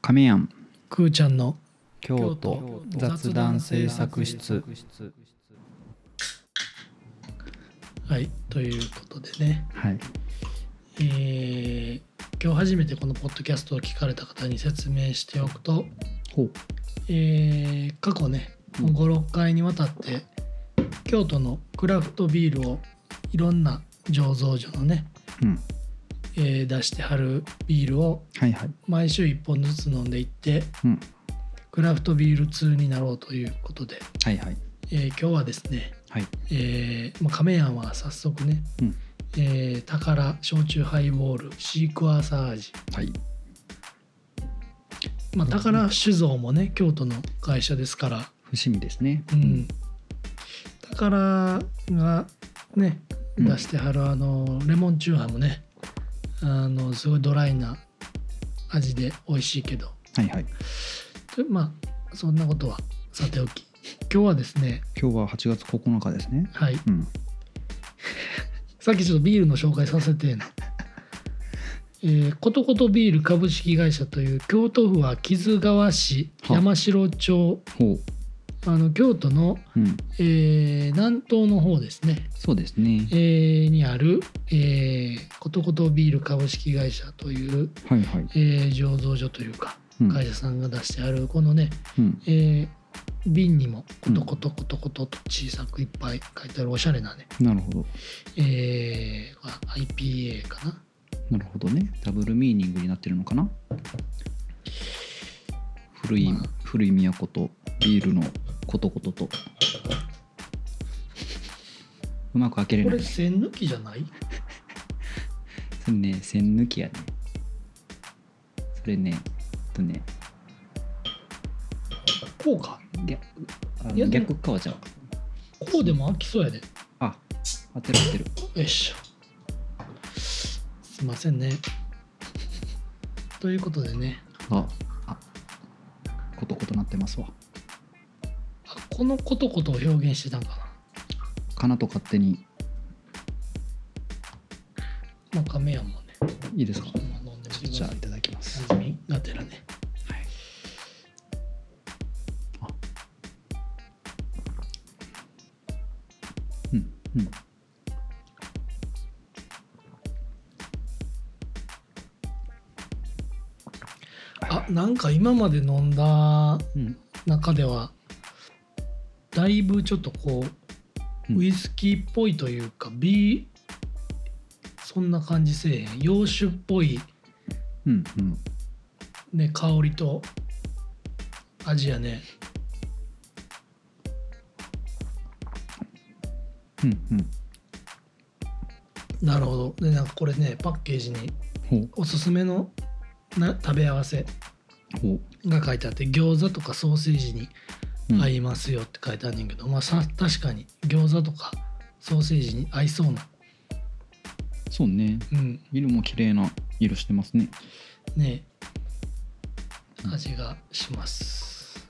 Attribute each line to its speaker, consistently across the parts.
Speaker 1: 亀庵
Speaker 2: くーちゃんの
Speaker 1: 京都雑談制作室
Speaker 2: はいということでね、
Speaker 1: はい
Speaker 2: えー今日初めてこのポッドキャストを聞かれた方に説明しておくと、
Speaker 1: ほう
Speaker 2: えー過去ね
Speaker 1: うん
Speaker 2: 56回にわたって京都のクラフトビールをいろんな醸造所のね、
Speaker 1: うん
Speaker 2: えー出してはるビールを
Speaker 1: はいはい
Speaker 2: 毎週1本ずつ飲んでいって
Speaker 1: うん
Speaker 2: クラフトビール通になろうということで、
Speaker 1: はいはい
Speaker 2: えー今日はですね、
Speaker 1: はい
Speaker 2: えーまあ、亀庵は早速ね、
Speaker 1: うん
Speaker 2: えー宝焼酎ハイボールシークワーサー味、
Speaker 1: はい
Speaker 2: まあ、宝酒造もね京都の会社ですから、
Speaker 1: 伏見ですね
Speaker 2: うん、宝がね
Speaker 1: うん
Speaker 2: 出してはるあのレモンチューハイもねあのすごいドライな味で美味しいけど
Speaker 1: はいはい
Speaker 2: とまあそんなことはさてお き今日はですね
Speaker 1: 今日は8月9日ですね
Speaker 2: はい
Speaker 1: うん
Speaker 2: さっきちょっとビールの紹介させてな。えーことことビール株式会社という京都府は木津川市
Speaker 1: は
Speaker 2: 山城町
Speaker 1: ほ
Speaker 2: あの京都の、
Speaker 1: ううん
Speaker 2: えー南東の方ですね、
Speaker 1: そうですね
Speaker 2: えーにある、えーことことビール株式会社という、
Speaker 1: はいはい
Speaker 2: えー醸造所というか
Speaker 1: うん
Speaker 2: 会社さんが出してあるこのね、
Speaker 1: うん
Speaker 2: えー瓶にもことことことことと小さくいっぱい書いてあるおしゃれなね、
Speaker 1: なるほど
Speaker 2: えーまあ IPA かな
Speaker 1: なるほどねダブルミーニングになってるのかな古い、
Speaker 2: まあ
Speaker 1: 古い都とビールのことこととうまく開けれ
Speaker 2: こ
Speaker 1: ない
Speaker 2: れ
Speaker 1: ね
Speaker 2: 栓抜きじゃない
Speaker 1: それね栓抜きやねそれねえっとね
Speaker 2: こうか
Speaker 1: いやあ
Speaker 2: いやでも
Speaker 1: 逆かはじゃ
Speaker 2: こうでも飽きそうやでよ
Speaker 1: ああ当てる当てる
Speaker 2: いしょすいませんねということでね
Speaker 1: ああことことなってますわ
Speaker 2: あこのことことを表現してたんか
Speaker 1: かなと勝手に
Speaker 2: なまあ亀山もね
Speaker 1: いいですか
Speaker 2: まあ飲んでみてく
Speaker 1: じ
Speaker 2: だ
Speaker 1: ゃ
Speaker 2: さ
Speaker 1: あいただきます
Speaker 2: い味見がてらね
Speaker 1: はいあうんうん
Speaker 2: あなんか今まで飲んだ
Speaker 1: うん
Speaker 2: 中ではだいぶちょっとこ
Speaker 1: う
Speaker 2: う、
Speaker 1: ん
Speaker 2: ウイスキーっぽいというかビーそんな感じせえへん洋酒っぽい
Speaker 1: うんうん
Speaker 2: ね香りと味やね
Speaker 1: うんうん
Speaker 2: なるほどでなんかこれねパッケージに
Speaker 1: ほう
Speaker 2: おすすめのな食べ合わせ
Speaker 1: ほ
Speaker 2: が書いてあって餃子とかソーセージに
Speaker 1: う、うん
Speaker 2: 合いますよって書いてあるんねんけど、まあさ確かに餃子とかソーセージに合いそうな
Speaker 1: そうね
Speaker 2: うん
Speaker 1: 色も綺麗な色してますね
Speaker 2: ね味がします。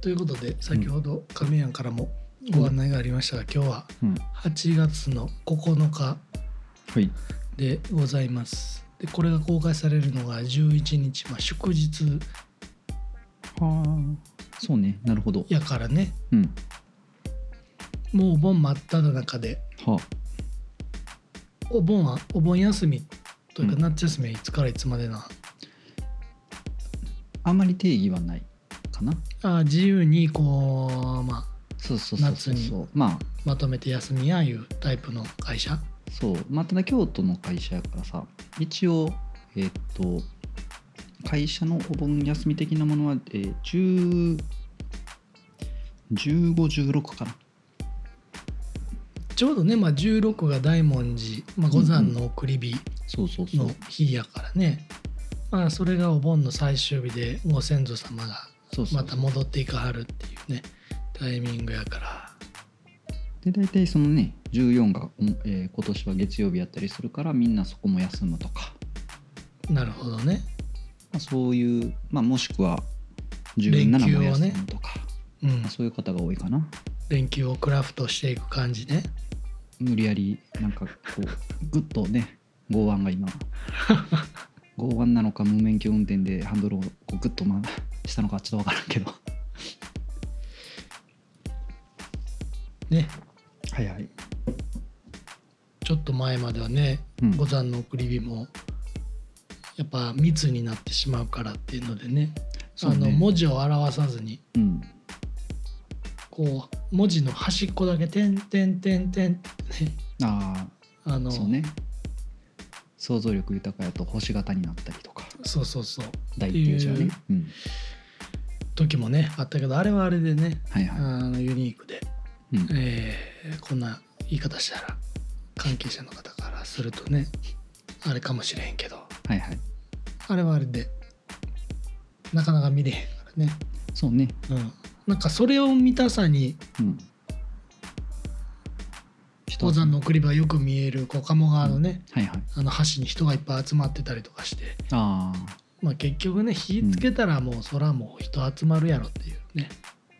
Speaker 2: ということで先ほど亀やんからもご案内がありましたが、今日は
Speaker 1: うん
Speaker 2: 8月の9日
Speaker 1: はい
Speaker 2: でございます。でこれが公開されるのが11日、まあ、祝日
Speaker 1: はあそうねなるほど
Speaker 2: やからね
Speaker 1: うん
Speaker 2: もうお盆真っ只中で
Speaker 1: は
Speaker 2: お盆はお盆休みというか
Speaker 1: うん
Speaker 2: 夏休みはいつからいつまでな、
Speaker 1: ああまり定義はないかな
Speaker 2: あー自由にこう、まあ、
Speaker 1: そうそうそうそう
Speaker 2: 夏に
Speaker 1: まあ
Speaker 2: まとめて休みやいうタイプの会社
Speaker 1: そうまあただ京都の会社やからさ一応えっと会社のお盆休み的なものは、えー、1516かな
Speaker 2: ちょうどね、まあ、16が大文字、まあ、五山の送り火
Speaker 1: そうそうそう
Speaker 2: の日やからね、まあ、それがお盆の最終日でご先祖様が
Speaker 1: そうそう
Speaker 2: また戻っていかはるっていうねタイミングやから
Speaker 1: で大体そのね14が、うんえー今年は月曜日やったりするからみんなそこも休むとか、
Speaker 2: なるほどね
Speaker 1: まあ、そういう、まあ、もしくは
Speaker 2: 連
Speaker 1: 17
Speaker 2: 休
Speaker 1: も
Speaker 2: をね
Speaker 1: 休むとか、
Speaker 2: うん
Speaker 1: まあ、そういう方が多いかな
Speaker 2: 連休をクラフトしていく感じね
Speaker 1: 無理やりなんかこうグッとね剛腕が今剛腕なのか無免許運転でハンドルをこうグッと回したのかちょっとわからんけど
Speaker 2: ね
Speaker 1: はいはい、
Speaker 2: ちょっと前まではね
Speaker 1: うん、
Speaker 2: 五山の送り火もやっぱ密になってしまうからっていうのでね
Speaker 1: そう
Speaker 2: あの
Speaker 1: ね
Speaker 2: 文字を表さずに
Speaker 1: うん
Speaker 2: こう文字の端っこだけ「てんてんてんてん」ってね
Speaker 1: あ
Speaker 2: あ
Speaker 1: あ
Speaker 2: の
Speaker 1: そうね想像力豊かやと星型になったりとか
Speaker 2: そうそうそう
Speaker 1: 大っていう字はね、うん、
Speaker 2: 時もねあったけどあれはあれでね
Speaker 1: はいはい、
Speaker 2: あのユニークで、
Speaker 1: うん
Speaker 2: えーこんな言い方したら関係者の方からするとねあれかもしれへんけど
Speaker 1: はいはい
Speaker 2: あれはあれでなかなか見れへんからね、
Speaker 1: そうね
Speaker 2: うん、なんかそれを見たさに
Speaker 1: うん
Speaker 2: 登山の送り場よく見えるこう鴨川のね、
Speaker 1: はいはい
Speaker 2: あの橋に人がいっぱい集まってたりとかして、
Speaker 1: ああ
Speaker 2: まあ、結局ね火つけたらもうそらもう人集まるやろっていうね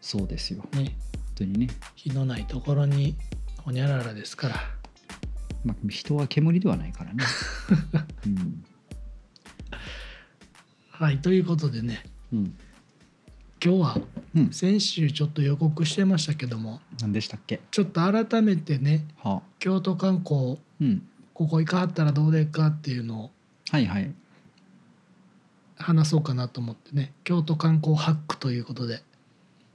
Speaker 1: そうですよ
Speaker 2: ね
Speaker 1: 本当にね、
Speaker 2: 火のないところにほにゃららですから
Speaker 1: まあ、人は煙ではないから ね、うん
Speaker 2: はいということでね
Speaker 1: うん
Speaker 2: 今日は
Speaker 1: うん、
Speaker 2: 先週ちょっと予告してましたけども
Speaker 1: 何でしたっけ
Speaker 2: ちょっと改めてね
Speaker 1: はあ
Speaker 2: 京都観光
Speaker 1: うん
Speaker 2: ここ行かはったらどうでっかっていうのを
Speaker 1: はいはい
Speaker 2: 話そうかなと思ってね京都観光ハックということで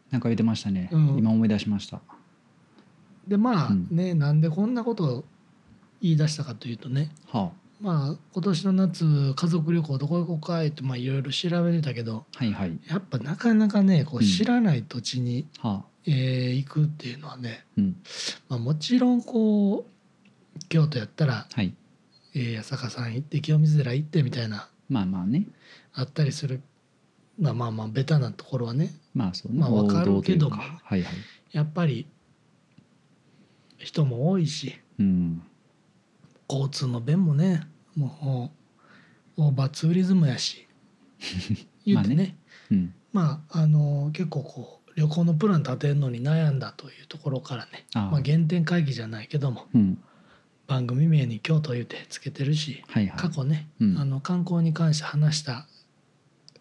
Speaker 1: なんか言ってましたね、
Speaker 2: うん
Speaker 1: 今思い出しました
Speaker 2: でまあ
Speaker 1: うん
Speaker 2: ね、なんでこんなことを言い出したかというとね
Speaker 1: はあ
Speaker 2: まあ今年の夏家族旅行どこ行こうかいってまあいろいろ調べてたけど
Speaker 1: はいはい
Speaker 2: やっぱなかなかねこ
Speaker 1: う
Speaker 2: うん知らない土地に、
Speaker 1: はあ
Speaker 2: えー行くっていうのはね、
Speaker 1: うん
Speaker 2: まあ、もちろんこう京都やったら、
Speaker 1: はい
Speaker 2: えー、八坂さん行って清水寺行ってみたいな
Speaker 1: まあまあね
Speaker 2: あったりする、まあ、まあまあベタなところはね
Speaker 1: まあそうね、
Speaker 2: まあわかるけど
Speaker 1: 王道というかはいはい
Speaker 2: やっぱり人も多いし
Speaker 1: うん
Speaker 2: 交通の便もねもうオーバーツーリズム やし言うてね,、
Speaker 1: ま
Speaker 2: ま
Speaker 1: あ
Speaker 2: あ、
Speaker 1: うん
Speaker 2: あの結構こう旅行のプラン立てるのに悩んだというところからね
Speaker 1: ああ
Speaker 2: まあ、原点会議じゃないけども
Speaker 1: うん
Speaker 2: 番組名に京都言うてつけてるし
Speaker 1: はいは
Speaker 2: 過
Speaker 1: い
Speaker 2: 去ね、
Speaker 1: うん
Speaker 2: あの観光に関して話した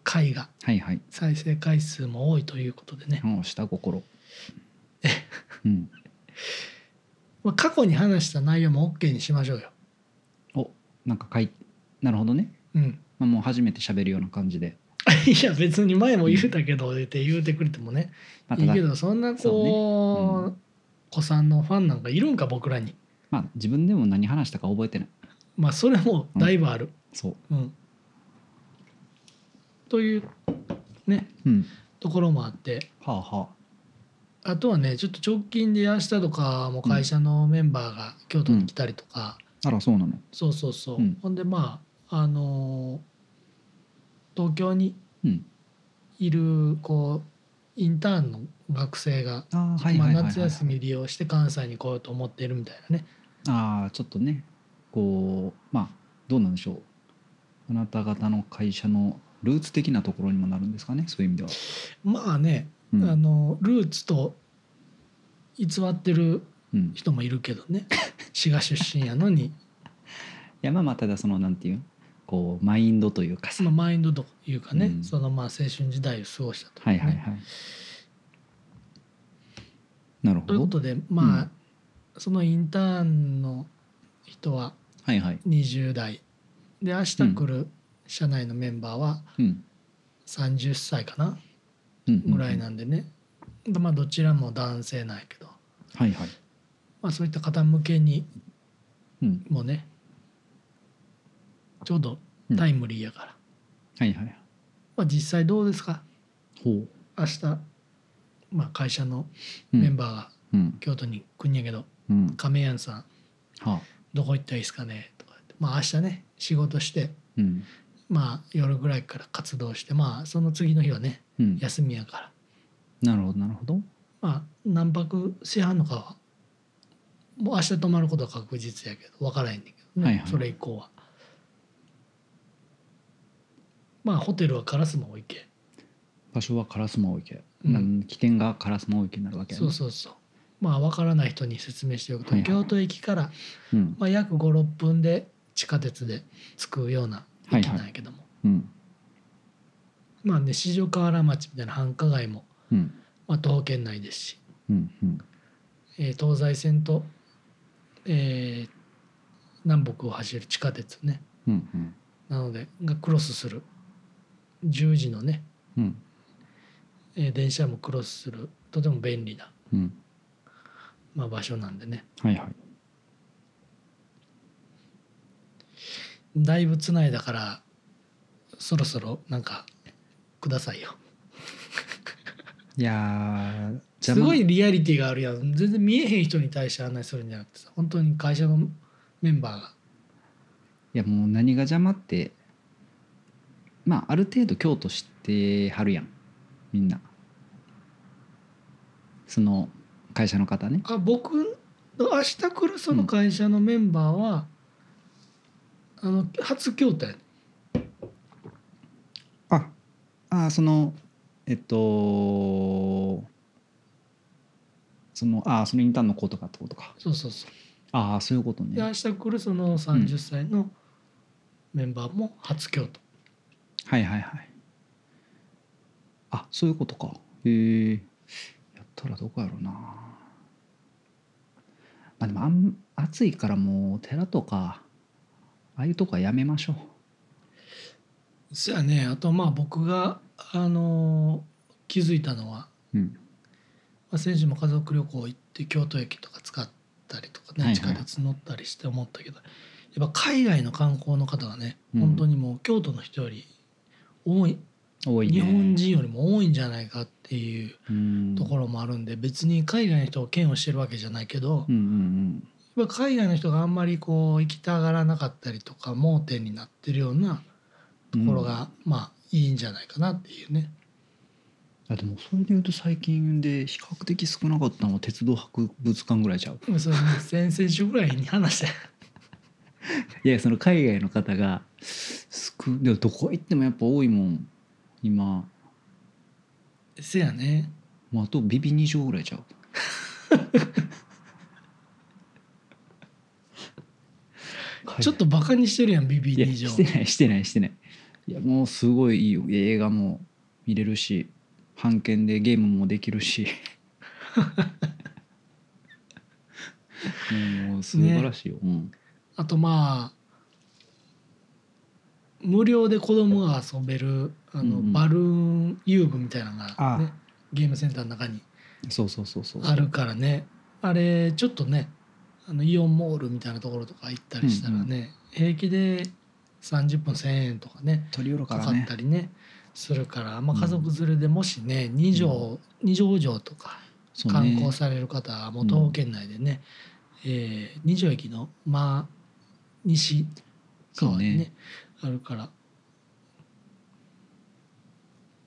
Speaker 2: 回が
Speaker 1: はいはい
Speaker 2: 再生回数も多いということでね、
Speaker 1: もう下心うん
Speaker 2: まあ、過去に話した内容も OK にしましょうよ。
Speaker 1: おなんかかいなるほどね、
Speaker 2: うん、
Speaker 1: まあ、もう初めて喋るような感じで
Speaker 2: いや別に前も言うたけど言うて言うてくれてもね
Speaker 1: まあた
Speaker 2: いい
Speaker 1: だ
Speaker 2: けどそんなこ
Speaker 1: そう
Speaker 2: う子さんのファンなんかいるんか僕らに
Speaker 1: まあ自分でも何話したか覚えてない
Speaker 2: まあそれもだいぶある。
Speaker 1: そう
Speaker 2: うん、というね
Speaker 1: うん
Speaker 2: ところもあって
Speaker 1: はあは
Speaker 2: あとはねちょっと直近で明日とかも会社のメンバーが京都に来たりとか、
Speaker 1: ああらそうなの
Speaker 2: そうそうそう、
Speaker 1: うん
Speaker 2: ほんでまああのー東京に
Speaker 1: うん
Speaker 2: いるこうインターンの学生が、
Speaker 1: ああはい
Speaker 2: ま
Speaker 1: はいはい、は
Speaker 2: あ、
Speaker 1: い、
Speaker 2: 夏休み利用して関西に来ようと思ってるみたいなね
Speaker 1: ああちょっとねこうまあどうなんでしょうあなた方の会社のルーツ的なところにもなるんですかねそういう意味では、
Speaker 2: まあね、
Speaker 1: うん
Speaker 2: あのルーツと偽ってる
Speaker 1: うん、い
Speaker 2: 人もいるけど ね滋賀出身やのに、
Speaker 1: やまあまあただそのなんていうこうマインドというかさ、
Speaker 2: まあ、マインドというかね、
Speaker 1: うん
Speaker 2: そのまあ青春時代を過ごしたという、ね。
Speaker 1: はいはいはいなるほ
Speaker 2: というこ
Speaker 1: ど
Speaker 2: とでまあ、そのインターンの人は
Speaker 1: はいはい
Speaker 2: 20代で明日来る社内のメンバーは
Speaker 1: うん
Speaker 2: 30歳かな
Speaker 1: うんうん
Speaker 2: ぐらいなんでね、でまあどちらも男性なんやけど、
Speaker 1: はいはい
Speaker 2: まあ、そういった方向けに
Speaker 1: うん
Speaker 2: もねちょうどタイムリーやから、
Speaker 1: はいはい
Speaker 2: まあ、実際どうですか
Speaker 1: ほう
Speaker 2: 明日、まあ、会社の
Speaker 1: うん
Speaker 2: メンバーが
Speaker 1: うん
Speaker 2: 京都に来んやけど
Speaker 1: うん
Speaker 2: 「亀やんさん
Speaker 1: はあ
Speaker 2: どこ行ったらいいですかね?」とか言ってまあ明日ね仕事して
Speaker 1: うん
Speaker 2: まあ夜ぐらいから活動してまあその次の日はね
Speaker 1: うん
Speaker 2: 休みやから
Speaker 1: なるほどなるほど
Speaker 2: まあ何泊しはんのかはもう明日泊まることは確実やけど分からへんねんけどね、
Speaker 1: はいはい
Speaker 2: それ以降はまあホテルはカラスも多いけ
Speaker 1: 場所は烏丸池、
Speaker 2: うん
Speaker 1: なん起点が烏丸池になるわけやね
Speaker 2: そうそうそうまあ分からない人に説明しておくと、
Speaker 1: はいはい
Speaker 2: 京都駅から、
Speaker 1: うん
Speaker 2: まあ、約56分で地下鉄で着くような
Speaker 1: はい
Speaker 2: 駅
Speaker 1: はい
Speaker 2: なんやけども、
Speaker 1: うん
Speaker 2: まあね四条河原町みたいな繁華街も、
Speaker 1: うん
Speaker 2: まあ、徒歩圏内ですし、
Speaker 1: うんうん
Speaker 2: えー東西線と、えー南北を走る地下鉄ね
Speaker 1: うんうん
Speaker 2: なのでがクロスする10時のね、
Speaker 1: うん
Speaker 2: えー電車もクロスするとても便利な、
Speaker 1: うん
Speaker 2: まあ、場所なんでね
Speaker 1: はいはい
Speaker 2: だいぶつないだからそろそろなんかくださいよ
Speaker 1: いやー
Speaker 2: すごいリアリティがあるやん全然見えへん人に対して案内するんじゃなくてさ本当に会社のメンバーが
Speaker 1: いやもう何が邪魔ってまあある程度京都知ってはるやんみんなその会社の方ね
Speaker 2: あ僕の明日来るその会社のメンバーは、あの初京都やね
Speaker 1: ああそのえっとそのあそのインターンの子とかってことか
Speaker 2: そうそうそう
Speaker 1: ああそういうこと
Speaker 2: で
Speaker 1: ね
Speaker 2: 明日来るその30歳のメンバーも初京都、
Speaker 1: はいはいはいあそういうことかへえやったらどこやろうなまあでもあん暑いからもう寺とかああいうとこはやめましょう
Speaker 2: そやねあとまあ僕があのー気づいたのは、
Speaker 1: うん
Speaker 2: まあ、先週も家族旅行行って京都駅とか使ったりとか
Speaker 1: はいは
Speaker 2: ね
Speaker 1: い
Speaker 2: 地下鉄乗ったりして思ったけど、やっぱ海外の観光の方がね、
Speaker 1: うん
Speaker 2: 本当にもう京都の人より多い
Speaker 1: 多いね
Speaker 2: 日本人よりも多いんじゃないかっていう
Speaker 1: うん
Speaker 2: ところもあるんで別に海外の人を嫌悪してるわけじゃないけど、
Speaker 1: うんうん
Speaker 2: やっぱ海外の人があんまりこう行きたがらなかったりとか盲点になってるような
Speaker 1: う
Speaker 2: と
Speaker 1: ん
Speaker 2: ころが、まあいいんじゃないかなっていうね。
Speaker 1: あでもそれで言うと最近で比較的少なかったのは鉄道博物館ぐらいちゃう
Speaker 2: でもそれ先々週ぐらいに話した
Speaker 1: いやその海外の方が少でもどこ行ってもやっぱ多いもん今
Speaker 2: せやね
Speaker 1: もうあとビビ2畳ぐらいちゃう
Speaker 2: ちょっとバカにしてるやんビビ
Speaker 1: いや
Speaker 2: 2
Speaker 1: して
Speaker 2: 条
Speaker 1: ないしてないしてないいやもうすごいいいよ映画も見れるし版権でゲームもできるしもう素晴らしいよ、うん、
Speaker 2: あとまあ無料で子供が遊べるあの、
Speaker 1: うんうん
Speaker 2: バルーン遊具みたいなのが、ね
Speaker 1: あ、
Speaker 2: ゲームセンターの中に
Speaker 1: そうそうそうそう
Speaker 2: あるからねあれちょっとねあのイオンモールみたいなところとか行ったりしたらね、平気で30分1,000円とかね
Speaker 1: 取り寄るか
Speaker 2: からか
Speaker 1: ね
Speaker 2: ったりねするから、まあ、
Speaker 1: うん
Speaker 2: 家族連れでもしね2畳、二畳以上とか
Speaker 1: そうね
Speaker 2: 観光される方はもう東京圏内でね、えー二条駅の真西側にねあるから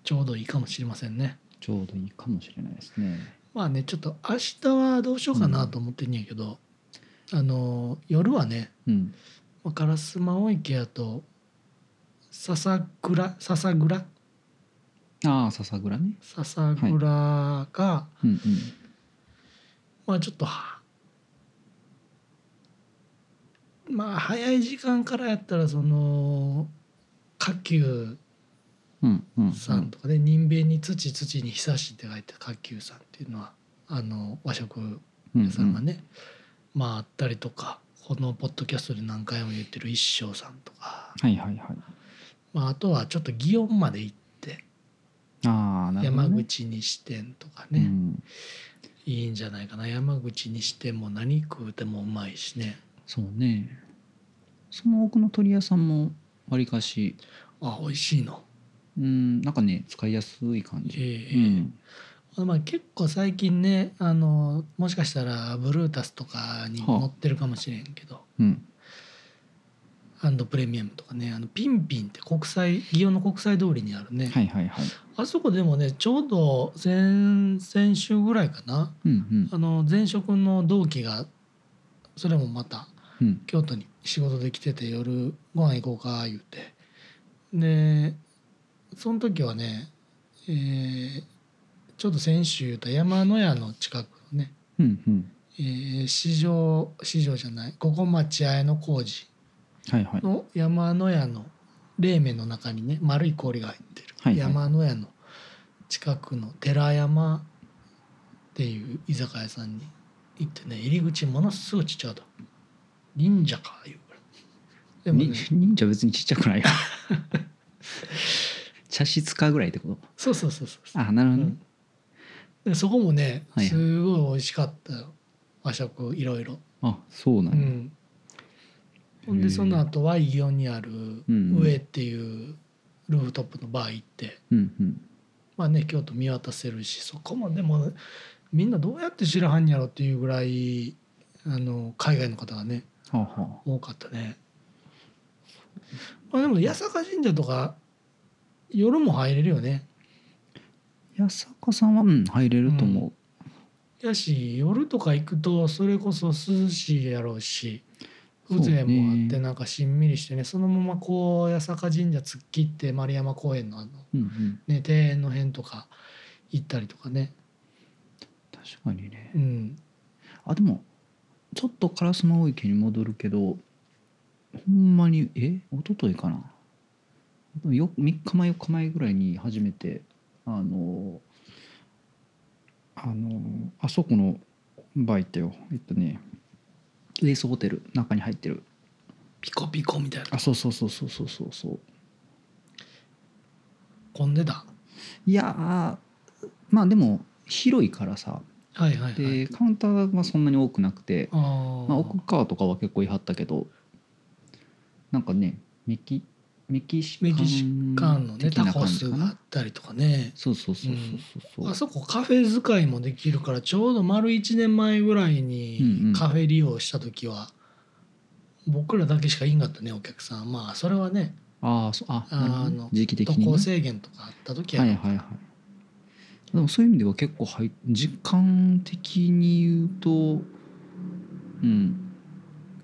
Speaker 2: ちょうどいいかもしれませんね。
Speaker 1: ちょうどいいかもしれないですね
Speaker 2: まあねちょっと明日はどうしようかなと思ってんねやけど、あの夜はね
Speaker 1: うん
Speaker 2: まあ烏丸駅やと笹倉笹倉
Speaker 1: ああ笹倉ね
Speaker 2: 笹倉が、
Speaker 1: うんうん
Speaker 2: まあちょっとはまあ早い時間からやったらその火球
Speaker 1: うんうんうん
Speaker 2: さんとかで人弁に土土に久しって書いて火球さんっていうのはあの和食屋さんがね、まああったりとかこのポッドキャストで何回も言ってる一生さんとか、
Speaker 1: うんうん、はいはいはい
Speaker 2: まあ、あとはちょっと祇園まで行って
Speaker 1: ああなるほど、
Speaker 2: 山
Speaker 1: ね、
Speaker 2: 口に支店とか
Speaker 1: う
Speaker 2: ね、
Speaker 1: ん、
Speaker 2: いいんじゃないかな山口に支店も何食うてもうまいしね
Speaker 1: そうねその奥の鳥屋さんもわりかし
Speaker 2: あ美味しいの。
Speaker 1: うんなんかね使いやすい感じ、
Speaker 2: ええ
Speaker 1: うん、
Speaker 2: まあ、結構最近ねあのもしかしたらブルータスとかにも載ってるかもしれんけど、
Speaker 1: うん
Speaker 2: アンドプレミアムとかねあのピンピンって国際祇園の国際通りにあるね、
Speaker 1: はいはいはい
Speaker 2: あそこでもねちょうど先先週ぐらいかな
Speaker 1: うん
Speaker 2: あの前職の同期がそれもまた
Speaker 1: うんうん
Speaker 2: 京都に仕事で来てて夜ご飯行こうか言うてでその時はね、えーちょうど先週言った山の屋の近くのね
Speaker 1: うんうん
Speaker 2: えー市場市場じゃないここ町綾小路
Speaker 1: はいはい
Speaker 2: の山の屋の冷麺の中にね丸い氷が入ってる、
Speaker 1: はいはい
Speaker 2: 山の屋の近くの寺山っていう居酒屋さんに行ってね入り口ものすごいちっちゃかった忍者かいうぐらいでも
Speaker 1: に
Speaker 2: ね
Speaker 1: 忍者別にちっちゃくないよ 茶室かぐらいってこと
Speaker 2: そうそうそうそう
Speaker 1: あなるほどね、
Speaker 2: うんでそこもね
Speaker 1: はいはい
Speaker 2: すごい美味しかったよ和食いろいろ、
Speaker 1: あそうな
Speaker 2: うん
Speaker 1: や、
Speaker 2: ん、ほんでその後はイオンにある
Speaker 1: うんうん
Speaker 2: 上っていうルーフトップのバー行って
Speaker 1: うんうん
Speaker 2: まあね京都見渡せるしそこもでもみんなどうやって知らはんやろっていうぐらいあの海外の方がね
Speaker 1: はあは
Speaker 2: 多かったね、まあ、でも八坂神社とか夜も入れるよね
Speaker 1: あ八坂さんはうん入れると思う、
Speaker 2: やし夜とか行くとそれこそ涼しいやろうし
Speaker 1: そうね
Speaker 2: 風情もあってなんかしんみりしてねそのままこう八坂神社突っ切って丸山公園のあの、
Speaker 1: うんうん、
Speaker 2: ね、庭園の辺とか行ったりとかね
Speaker 1: 確かにね
Speaker 2: うん
Speaker 1: あでもちょっと烏丸池に戻るけどほんまにえ一昨日かなよ3日前4日前ぐらいに初めてあのあのあそこのバイトよえっとねレースホテル中に入ってる
Speaker 2: ピコピコみたいな
Speaker 1: あそうそうそうそうそうそうそう
Speaker 2: 混んでた
Speaker 1: いやーまあでも広いからさ
Speaker 2: はいはいは
Speaker 1: で
Speaker 2: い
Speaker 1: カウンターはそんなに多くなくて
Speaker 2: あー、
Speaker 1: まあ、奥川とかは結構言いはったけどなんかねメキメキシカン
Speaker 2: メキシカンのね
Speaker 1: 的
Speaker 2: タ
Speaker 1: な
Speaker 2: コ
Speaker 1: 感じ
Speaker 2: ス
Speaker 1: か
Speaker 2: があっ
Speaker 1: な
Speaker 2: たりとかね
Speaker 1: そうそうそうそうそうそう
Speaker 2: あそこカフェ使いもできるからちょうど丸1年前ぐら
Speaker 1: うん
Speaker 2: い
Speaker 1: う
Speaker 2: に
Speaker 1: ん
Speaker 2: カフェ利用した時は僕らだけしかいんかったねお客さんまあそれはね
Speaker 1: ああそうあ
Speaker 2: あ
Speaker 1: なるほど
Speaker 2: の
Speaker 1: 時期的
Speaker 2: 渡
Speaker 1: にね、
Speaker 2: 航制限とかあった時は、
Speaker 1: はいはいはいでもそういう意味では結構入っ時間的に言うとうん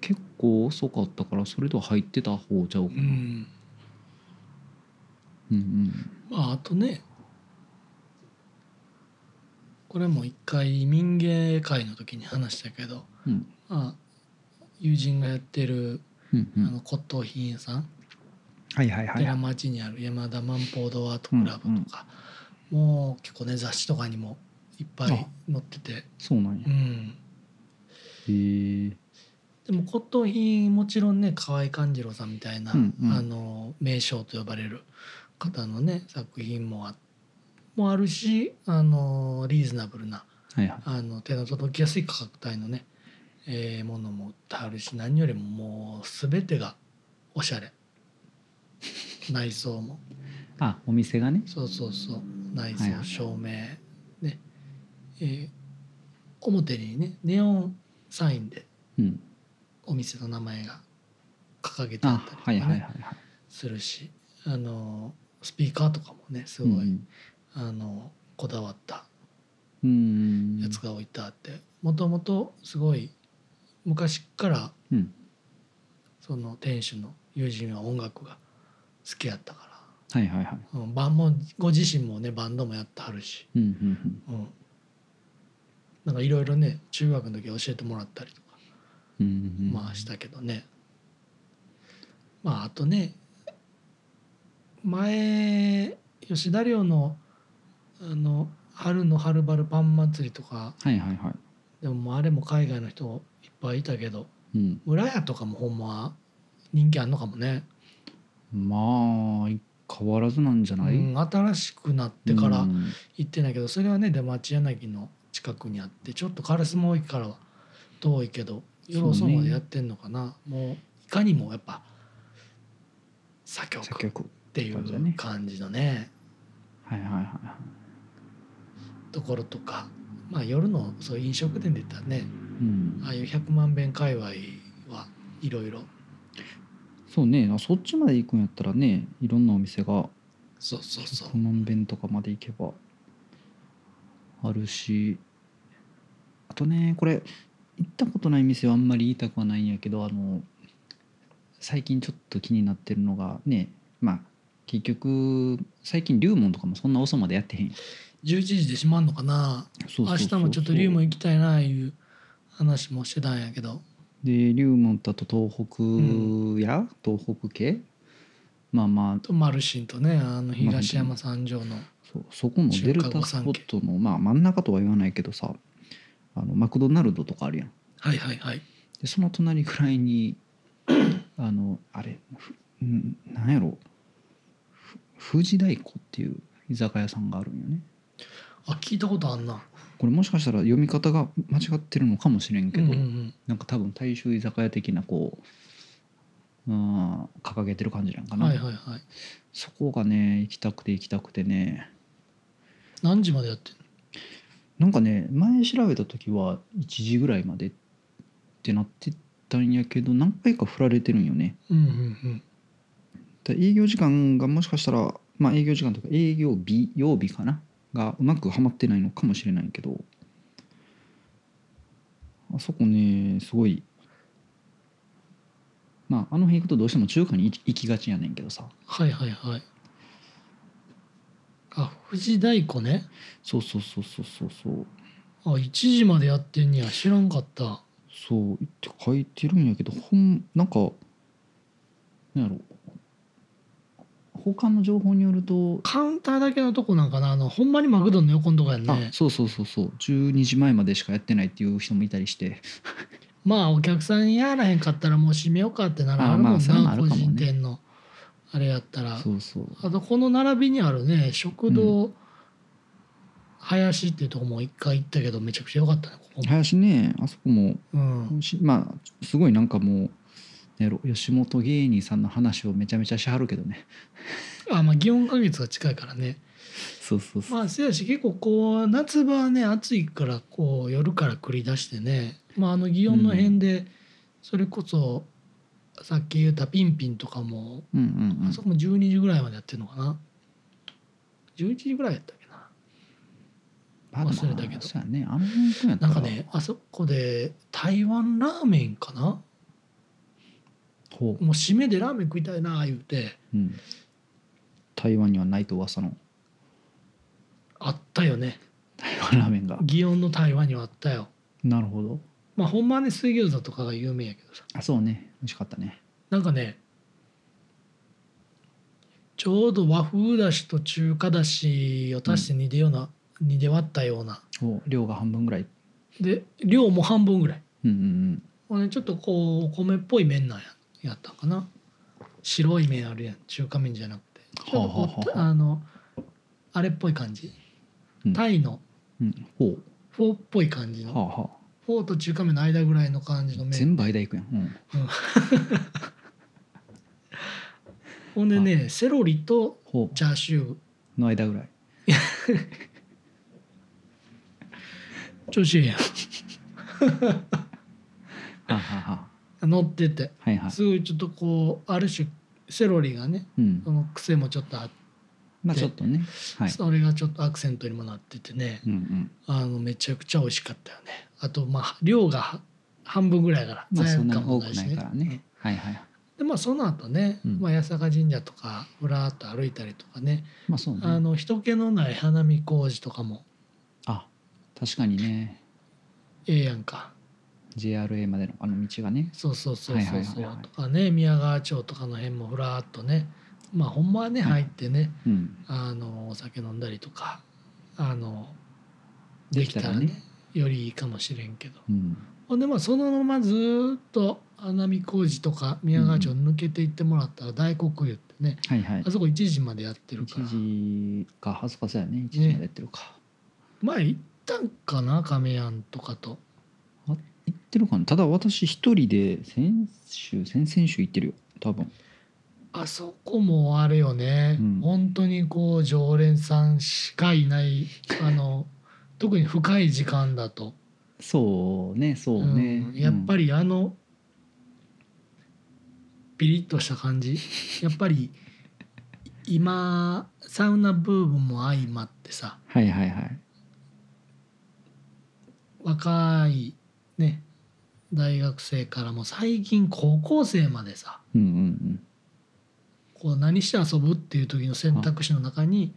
Speaker 1: 結構遅かったからそれでは入ってた方ちゃうか
Speaker 2: う
Speaker 1: な、うん、う
Speaker 2: ん
Speaker 1: んうん
Speaker 2: まああとねこれも一回民芸会の時に話したけど、
Speaker 1: うん
Speaker 2: まあ、友人がやってる
Speaker 1: うんう
Speaker 2: あ
Speaker 1: ん
Speaker 2: の骨董品屋さん
Speaker 1: はいはいはい
Speaker 2: 寺町にある山田万宝堂アートクラブとか、もう結構ね雑誌とかにもいっぱい載ってて、
Speaker 1: そうなんや
Speaker 2: う
Speaker 1: へ
Speaker 2: ん、
Speaker 1: え
Speaker 2: でも骨董品もちろんね河合勘次郎さんみたいな、
Speaker 1: うんうん
Speaker 2: あの名匠と呼ばれる方のね作品もあもあるしあのリーズナブルな
Speaker 1: はいはい
Speaker 2: あの手の届きやすい価格帯のね、えーものも売ってはるし何よりももう全てがおしゃ れ内装も
Speaker 1: あお店がね
Speaker 2: そうそうそう内
Speaker 1: はいは
Speaker 2: 装
Speaker 1: い
Speaker 2: 照明、ねえー表にねネオンサインで
Speaker 1: うん
Speaker 2: お店の名前が掲げてあ
Speaker 1: あ
Speaker 2: った
Speaker 1: は
Speaker 2: り
Speaker 1: い
Speaker 2: と
Speaker 1: は
Speaker 2: か
Speaker 1: い
Speaker 2: ね
Speaker 1: はいはい
Speaker 2: するしあのスピーカーとかもねすごい、
Speaker 1: うん
Speaker 2: あのこだわった
Speaker 1: うん
Speaker 2: やつが置いてあってもともとすごい昔から
Speaker 1: うん
Speaker 2: その店主の友人は音楽が好きやったか
Speaker 1: はいはいはい
Speaker 2: ら、うん、バンもご自身もねバンドもやってはるし
Speaker 1: うんうん
Speaker 2: うん、なんかいろいろね中学の時教えてもらったりとか、
Speaker 1: うんうんうん
Speaker 2: まあしたけどねまああとね前吉田寮のあの春のはるばるパン祭りとか
Speaker 1: はいはいは
Speaker 2: でももうあれも海外の人いっぱいいたけど
Speaker 1: いうん
Speaker 2: 村屋とかもほんまは人気あんのかもね、
Speaker 1: まあ変わらずなんじゃ
Speaker 2: う
Speaker 1: ない
Speaker 2: ん、新しくなってか
Speaker 1: う
Speaker 2: ら
Speaker 1: ん
Speaker 2: 行ってないけどそれはね出町柳の近くにあってちょっと烏丸駅からは遠いけど夜遅くまでやってんのかなもういかにもやっぱ作
Speaker 1: 作
Speaker 2: 曲っ
Speaker 1: 曲
Speaker 2: てい
Speaker 1: 感じだね
Speaker 2: う感じのね
Speaker 1: はいはいはいは
Speaker 2: ところとかまあ夜のそういう飲食店で言ったらね
Speaker 1: いうん
Speaker 2: ああいう百万遍界隈はいろいろ
Speaker 1: そうねあそっちまで行くんやったらねいろんなお店が
Speaker 2: そうそうそう
Speaker 1: 100万遍とかまで行けばあるしあとねこれ行ったことない店はあんまり言いたくはないんやけどあの最近ちょっと気になってるのがねまあ結局最近龍門とかもそんな遅までやってへん
Speaker 2: 11時で閉まんのかな明日もちょっと龍門
Speaker 1: 門
Speaker 2: 行きたいなあいう話もしてたんやけど
Speaker 1: で龍門とあと東北や、東北系まあまあ
Speaker 2: とマルシンとねあの東山三条の
Speaker 1: そうそこのデルタスポットの、まあ、真ん中とは言わないけどさあのマクドナルドとかあるやん
Speaker 2: はいはいはい
Speaker 1: でその隣ぐらい にあのあれふんなんやろふ富士大湖っていう居酒屋さんがあるんよね
Speaker 2: あ聞いたことあんな
Speaker 1: これもしかしたら読み方が間違ってるのかもしれんけ
Speaker 2: う
Speaker 1: ど、
Speaker 2: んうんうん
Speaker 1: なんか多分大衆居酒屋的なこう、うん、掲げてる感じなんかな、
Speaker 2: はいはいはい
Speaker 1: そこがね行きたくて行きたくてね
Speaker 2: 何時までやってん
Speaker 1: なんかね前調べた時は1時ぐらいまでってなってたんやけど何回か振られてるんよね
Speaker 2: のうんうん
Speaker 1: で営業時間がもしかしたらまあ営業時間というか営業日曜日かながうまくはまってないのかもしれないけどあそこねすごいまああの辺行くとどうしても中華に行き行きがちやねんけどさ
Speaker 2: はいはいはいあ富士大湖ね
Speaker 1: そうそうそうそうそうそう
Speaker 2: あ1時までやってんには知らんかった
Speaker 1: そうって書いてるんやけどほんなんかなんやろ他の情報によると、
Speaker 2: カウンターだけのとこなんかなあのほんまにマクドの横のとこやん
Speaker 1: あ
Speaker 2: ね
Speaker 1: そうそうそうそう12時前までしかやってないっていう人もいたりして
Speaker 2: まあお客さんやらへんかったらもう閉めようかってなら
Speaker 1: あ
Speaker 2: あるもん
Speaker 1: まあそれ
Speaker 2: な、
Speaker 1: もある
Speaker 2: 個
Speaker 1: かもね
Speaker 2: 人店のあれやったら
Speaker 1: そうそう
Speaker 2: あとこの並びにあるね食堂、林っていうとこも一回行ったけどめちゃくちゃ良かったねここも、
Speaker 1: 林ねあそこも
Speaker 2: うん、
Speaker 1: しまあすごいなんかもうなんやろ吉本芸人さんの話をめちゃめちゃしはるけどね
Speaker 2: あまあ祇園花月が近いからね
Speaker 1: そうそうそう、
Speaker 2: まあせやし結構こう夏場はね暑いからこう夜から繰り出してねまああの祇園の辺でそれこそさっき言ったピンピンとかも
Speaker 1: うんうんう
Speaker 2: あ
Speaker 1: ん
Speaker 2: そこも12時ぐらいまでやってるのかな11時ぐらいやったっけな
Speaker 1: まあでも
Speaker 2: 忘れたけど
Speaker 1: そうやねあの辺行くんやった
Speaker 2: な
Speaker 1: ら
Speaker 2: んかねあそこで台湾ラーメンかな
Speaker 1: ほ
Speaker 2: もう締めでラーメン食いたいな言うて
Speaker 1: う、うん、台湾にはないと噂の
Speaker 2: あったよね
Speaker 1: 台湾ラーメンが
Speaker 2: 祇園の台湾にはあったよ
Speaker 1: なるほど
Speaker 2: まあほんまはね水餃子とかが有名やけどさ
Speaker 1: あそうね美味しかったね
Speaker 2: なんかねちょうど和風だしと中華だしを足して煮でような、煮で割ったような
Speaker 1: お量が半分ぐらい
Speaker 2: で量も半分ぐらい
Speaker 1: うんうん
Speaker 2: これちょっとこうお米っぽい麺なんややったんかな白い麺あるやん中華麺じゃなくてちょ
Speaker 1: はあ
Speaker 2: っとこう
Speaker 1: はあはあ
Speaker 2: あのあれっぽい感じ、
Speaker 1: うん
Speaker 2: タイの
Speaker 1: うんうんほ
Speaker 2: フォーっぽい感じ
Speaker 1: う
Speaker 2: の、
Speaker 1: はあは
Speaker 2: フォーと中華麺の間ぐらいの感じの
Speaker 1: あ
Speaker 2: 麺
Speaker 1: 全部間いくやん、うん、
Speaker 2: ほんでねセロリと
Speaker 1: ほ
Speaker 2: チャーシュ
Speaker 1: うの間ぐらい
Speaker 2: ー調子いいや
Speaker 1: はあはあはあ
Speaker 2: ん乗ってて
Speaker 1: はいはい
Speaker 2: すごいちょっとこうある種セロリがね
Speaker 1: うん
Speaker 2: その癖もちょっとあって、
Speaker 1: まあちょっとねはい
Speaker 2: それがちょっとアクセントにもなっててね
Speaker 1: うんうん
Speaker 2: あのめちゃくちゃ美味しかったよねあとまあ量がは半分ぐらいやから
Speaker 1: まあ
Speaker 2: 罪
Speaker 1: そんな
Speaker 2: 悪感
Speaker 1: に
Speaker 2: も
Speaker 1: 多
Speaker 2: な
Speaker 1: く
Speaker 2: いし
Speaker 1: ない
Speaker 2: ね
Speaker 1: からねはいはい
Speaker 2: でまあその後ね、
Speaker 1: うん
Speaker 2: まあ、八坂神社とかふらーっと歩いたりとかね、
Speaker 1: まあそうね
Speaker 2: あ
Speaker 1: あ
Speaker 2: の人気のない花見工事とかも
Speaker 1: 確かにね
Speaker 2: ええやんか
Speaker 1: JRA までのあの道がね
Speaker 2: そうそうそうそう
Speaker 1: は
Speaker 2: そ、
Speaker 1: いうはいはいはい
Speaker 2: とかね宮川町とかの辺もふらーっとねまあほんまはね入ってね、
Speaker 1: うん
Speaker 2: あのお酒飲んだりとかあの
Speaker 1: できたらね
Speaker 2: よりいいかもしれんけど
Speaker 1: うん
Speaker 2: ほんでまあそのままずーっと穴見工事とか宮川町抜けていってもらったら大黒湯ってね、
Speaker 1: はいはい
Speaker 2: あそこ1時までやってるから
Speaker 1: 1時か恥ずかしいやね1時までやってるか
Speaker 2: 前行ったんかな亀やんとかと
Speaker 1: 行ってるかなただ私一人で先週先々週行ってるよ多分
Speaker 2: あそこもあれよね、
Speaker 1: うん
Speaker 2: 本当にこう常連さんしかいないあの特に深い時間だと
Speaker 1: そうねそうね
Speaker 2: うんやっぱりあの、ピリッとした 感じやっぱり今サウナブームも相まってさ
Speaker 1: はいはいはい
Speaker 2: 若いね大学生からも最近高校生までさ
Speaker 1: うんうん
Speaker 2: こう何して遊ぶっていう時の選択肢の中に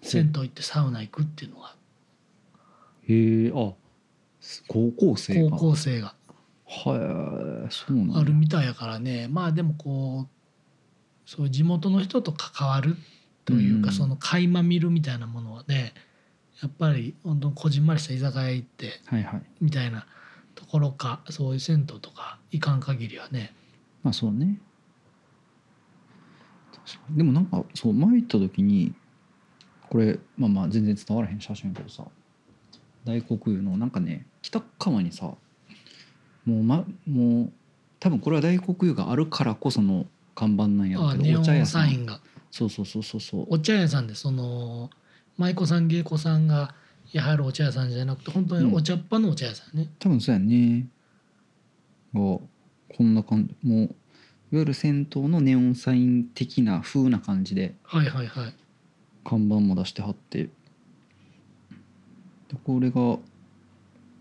Speaker 2: 銭湯行ってサウナ行くっていうのが
Speaker 1: うんへえあす高校生か
Speaker 2: 高校生が
Speaker 1: はいそうなんだ
Speaker 2: あるみたいやからねまあでもこそういう地元の人と関わるというか、
Speaker 1: うん
Speaker 2: その垣間見るみたいなものはねやっぱり本当こじんまりした居酒屋行って
Speaker 1: はいはい
Speaker 2: みたいなところかそういう銭湯とか行かん限りはね
Speaker 1: まあそうね確かにでもなんかそう前行った時にこれまあまあ全然伝わらへん写真やけどさ大黒湯のなんかね北側にさもう,、ま、もう多分これは大黒湯があるからこその看板なんやろ
Speaker 2: あ
Speaker 1: うけ
Speaker 2: ネ
Speaker 1: ど
Speaker 2: オ
Speaker 1: お茶
Speaker 2: ン
Speaker 1: 屋さ
Speaker 2: サイン
Speaker 1: ん
Speaker 2: が
Speaker 1: そうそうそうそうそう
Speaker 2: お茶屋さんでその舞妓さん芸妓さんがやはりお茶屋さんじゃなくて本当にお茶っ葉のお茶屋さんね、
Speaker 1: 多分そうやねがこんな感じもういわゆる銭湯のネオンサイン的な風な感じで
Speaker 2: はいはいはい
Speaker 1: 看板も出してはってでこれが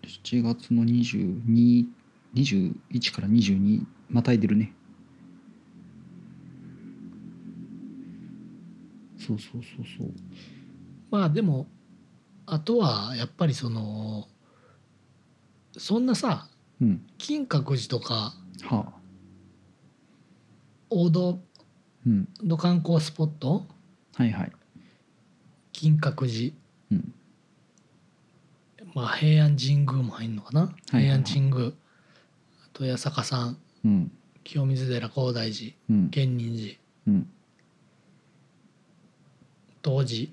Speaker 1: 7月の2221から22またいでるねそうそうそうそう
Speaker 2: まあでもあとはやっぱりそのそんなさ
Speaker 1: うん
Speaker 2: 金閣寺とか
Speaker 1: はあ
Speaker 2: 王道
Speaker 1: うん
Speaker 2: の観光スポット
Speaker 1: はいはい
Speaker 2: 金閣寺、
Speaker 1: うん
Speaker 2: まあ、平安神宮も入るのかな、
Speaker 1: はいはい
Speaker 2: 平安神宮あと八坂さん
Speaker 1: うん
Speaker 2: 清水寺高大寺
Speaker 1: うん
Speaker 2: 建仁寺
Speaker 1: うん
Speaker 2: 東寺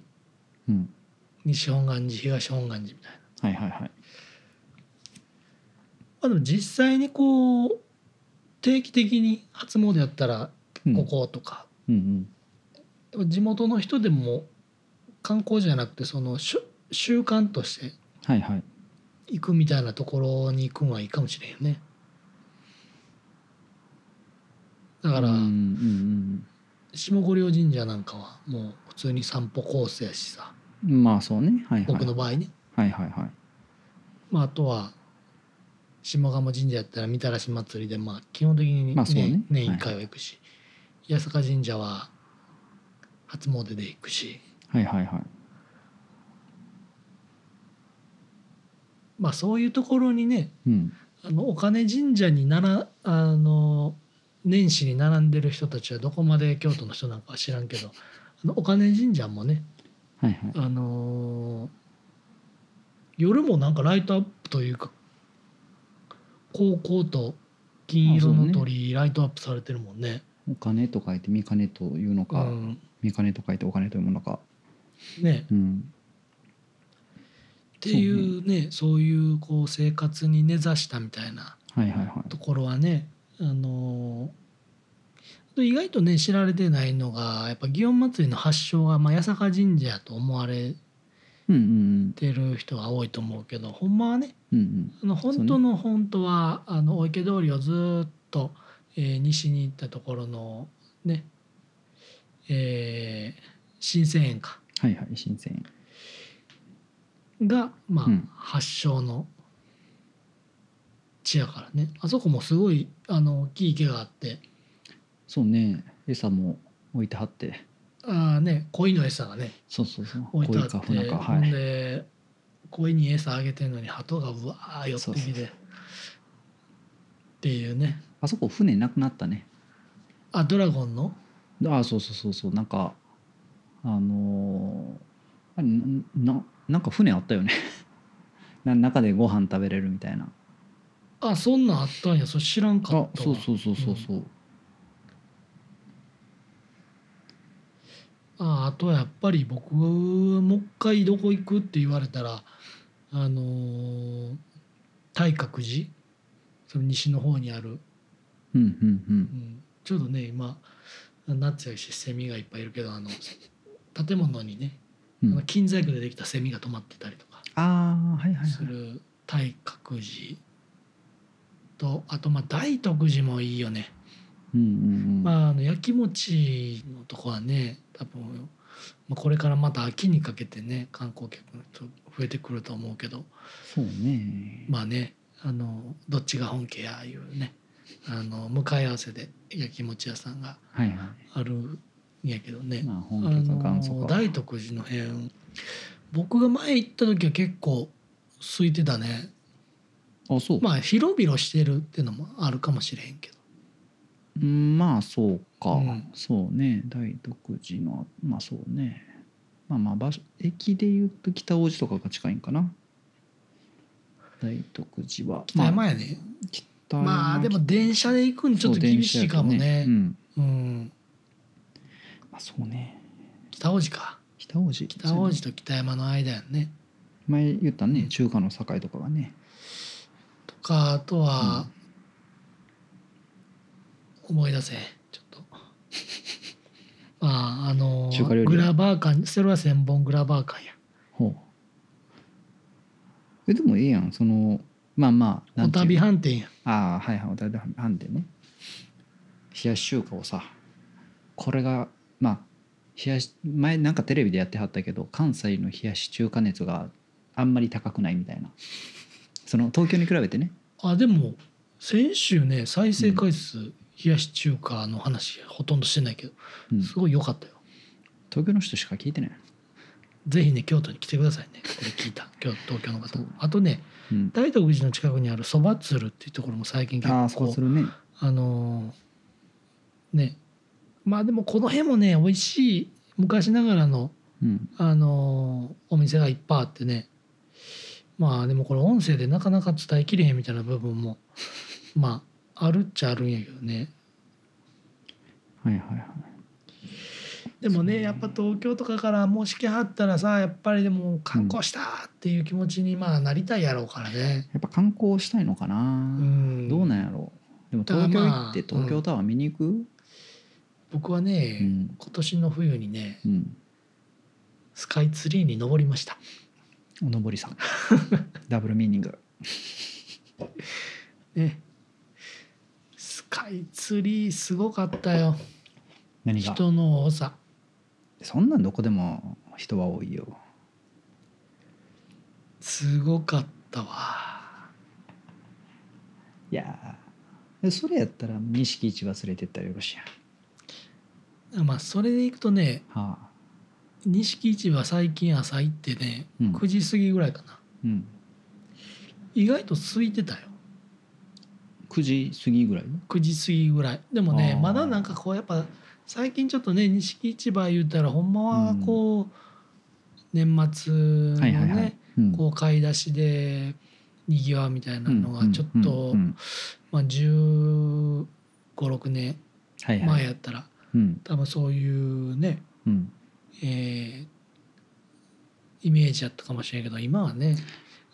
Speaker 1: うん
Speaker 2: 西本願寺東本願寺みたいな、
Speaker 1: はいはいはい
Speaker 2: まあ、でも実際にこう定期的に初詣やったら
Speaker 1: うん
Speaker 2: こことか、
Speaker 1: うんうん
Speaker 2: でも地元の人でも観光じゃなくてそのしゅ習慣として
Speaker 1: はいはい
Speaker 2: 行くみたいなところに行くのはいいかもしれんよね。だから、
Speaker 1: うんうんうん
Speaker 2: 下五稜神社なんかはもう普通に散歩コースやしさ
Speaker 1: うんまあそうねはいはい
Speaker 2: 僕の場合ね、
Speaker 1: はいはいはい
Speaker 2: まあ、あとは下鴨神社やったらみたらし祭りでまあ基本的に、ね
Speaker 1: まあそうね
Speaker 2: 年
Speaker 1: はい
Speaker 2: 1回は行くし、八坂神社は初詣で行くし
Speaker 1: はいはいはい
Speaker 2: まあそういうところにね
Speaker 1: うん
Speaker 2: あのお金神社にならあの年始に並んでる人たちはどこまで京都の人なんかは知らんけどあのお金神社もね
Speaker 1: はいはい
Speaker 2: あのー夜もなんかライトアップというか高校と金色の鳥居ライトアップされてるもんね。
Speaker 1: お金と書いて見金というの
Speaker 2: う
Speaker 1: か、
Speaker 2: ん
Speaker 1: 見金と書いてお金というものか、
Speaker 2: ね
Speaker 1: うん、
Speaker 2: っていうねそういうこう生活に根ざしたみたいな
Speaker 1: はいはいは
Speaker 2: ところはね、あのー意外とね知られてないのがやっぱ祇園祭の発祥が、まあ、八坂神社やと思われ
Speaker 1: い。うんうん
Speaker 2: てる人が多いと思うけどほんまはね
Speaker 1: うんうん
Speaker 2: あの
Speaker 1: うね
Speaker 2: 本当の本当は、あのお池通りをずーっと、えー西に行ったところのねえー新鮮園か
Speaker 1: はいはい新鮮。
Speaker 2: が、まあ
Speaker 1: うん
Speaker 2: 発祥の地やからねあそこもすごいあの大きい池があって
Speaker 1: そうね餌も置いてはって
Speaker 2: あー、ね、鯉の餌がね
Speaker 1: そうそうそう
Speaker 2: 置いてあ
Speaker 1: 鯉
Speaker 2: って
Speaker 1: か船か
Speaker 2: ほ
Speaker 1: は
Speaker 2: ん
Speaker 1: い。
Speaker 2: で鯉に餌あげてんのに鳩がうわー寄ってき
Speaker 1: そ
Speaker 2: て
Speaker 1: うそう
Speaker 2: っていうね
Speaker 1: あそこ船なくなったね。
Speaker 2: あドラゴンの
Speaker 1: ああそうそうそうそうなんかあのーあれなななんか船あったよね。 な中でご飯食べれるみたいな。
Speaker 2: あそんなんあったんやそれ知らんかった
Speaker 1: あそ
Speaker 2: わ
Speaker 1: うそうそうそうそう。
Speaker 2: ああとはやっぱり僕もう一回どこ行くって言われたらあのー大覚寺その西の方にある、
Speaker 1: うんうんう。
Speaker 2: うんん、ちょうどね今夏やしセミがいっぱいいるけどあの建物にね、
Speaker 1: うん
Speaker 2: あの金細工でできたセミが止まってたりとか
Speaker 1: ああはいはい
Speaker 2: す
Speaker 1: はい。
Speaker 2: る大覚寺とあとまあ大徳寺もいいよね。
Speaker 1: うんうんうん。
Speaker 2: まあ、あのやきもちのとこはね多分、まあ、これからまた秋にかけてね観光客の人増えてくると思うけど
Speaker 1: そうね。
Speaker 2: まあねあのどっちが本家やいうねあの向かい合わせでやきもち屋さんが
Speaker 1: はいはい。
Speaker 2: あるんやけどね、
Speaker 1: まあ、
Speaker 2: あ
Speaker 1: 本家か元祖
Speaker 2: の
Speaker 1: か。
Speaker 2: 大徳寺の辺僕が前行った時は結構空いてたね
Speaker 1: あ、そう。
Speaker 2: まあ広々してるっていうのもあるかもしれへんけど
Speaker 1: うんまあそうか、
Speaker 2: うん
Speaker 1: そうね大徳寺のまあそうねまあまあ場所駅で言うと北大路とかが近いんかな大徳寺は
Speaker 2: 北
Speaker 1: まあ
Speaker 2: 山やね、
Speaker 1: 北山
Speaker 2: まあでも電車で行くんちょっと厳しいかも
Speaker 1: そう電車や
Speaker 2: ね
Speaker 1: とうん
Speaker 2: うん
Speaker 1: まあ、そうね
Speaker 2: 北王子か
Speaker 1: 北大路
Speaker 2: 北王子と北山の間やんね
Speaker 1: 前言ったね
Speaker 2: うん
Speaker 1: 中華の境とかがね
Speaker 2: とかあとは、思い出せちょっと まああの
Speaker 1: 中華料理
Speaker 2: グラバー館それは千本グラバー館や
Speaker 1: ほうえでもええやんそのまあまあな
Speaker 2: お
Speaker 1: んていうの
Speaker 2: 旅飯店や
Speaker 1: ああはいはいおたび飯店ね冷やし中華をさこれがまあ冷やし前なんかテレビでやってはったけど関西の冷やし中華熱があんまり高くないみたいなその東京に比べてね
Speaker 2: あでも先週ね再生回数、冷やし中華の話ほとんどしてないけど
Speaker 1: うん
Speaker 2: すごい良かったよ、
Speaker 1: 東京の人しか聞いてない、
Speaker 2: ぜひね京都に来てくださいねこれ聞 いた京東京の方
Speaker 1: そう
Speaker 2: あとね
Speaker 1: うん、
Speaker 2: 大徳寺の近くにあるそば鶴っていうところも最近結
Speaker 1: ああそう
Speaker 2: 構
Speaker 1: するね
Speaker 2: あのーねまあでもこの辺もね美味しい昔ながらの、
Speaker 1: うん
Speaker 2: あのーお店がいっぱいあってねまあでもこれ音声でなかなか伝えきれへんみたいな部分 もまああるっちゃあるんやけどね
Speaker 1: はいはいはい
Speaker 2: でもねやっぱ東京とかからもし来はったらさやっぱりでも観光したっていう気持ちにまあなりたいやろうからね。
Speaker 1: やっぱ観光したいのかな、
Speaker 2: うん、
Speaker 1: どうなんやろうでも
Speaker 2: だから
Speaker 1: 東京行
Speaker 2: まあ
Speaker 1: って東京タワー見に行く、
Speaker 2: 僕は
Speaker 1: う
Speaker 2: ね、
Speaker 1: ん
Speaker 2: 今年の冬にね
Speaker 1: うん
Speaker 2: スカイツリーに登りました。
Speaker 1: おのぼりさ んダブルミーニング
Speaker 2: ねスカイツリーすごかったよ
Speaker 1: 何が
Speaker 2: 人の多さ
Speaker 1: そんなんどこでも人は多いよ。
Speaker 2: すごかったわ
Speaker 1: いやーでそれやったら錦市場連れてったらよろしいや
Speaker 2: まあそれでいくとね
Speaker 1: ん。はあ。
Speaker 2: 錦市場最近朝行ってね
Speaker 1: うん。
Speaker 2: 9時過ぎぐらいかな
Speaker 1: うん、
Speaker 2: 意外と空いてたよ
Speaker 1: 9時過ぎぐらい
Speaker 2: 9時過ぎぐらいでもね
Speaker 1: あー
Speaker 2: まだなんかこうやっぱ最近ちょっとね錦市場言うたらほんまはこう、年末のね、
Speaker 1: はいはいはい。うん
Speaker 2: こう買い出しでにぎわうみたいなのがちょっと、
Speaker 1: うんうんうん
Speaker 2: まあ、1 5 6年
Speaker 1: はいはい。
Speaker 2: 前やったら
Speaker 1: うん
Speaker 2: 多分そういうね、
Speaker 1: うん。
Speaker 2: えーイメージやったかもしれんけど今はね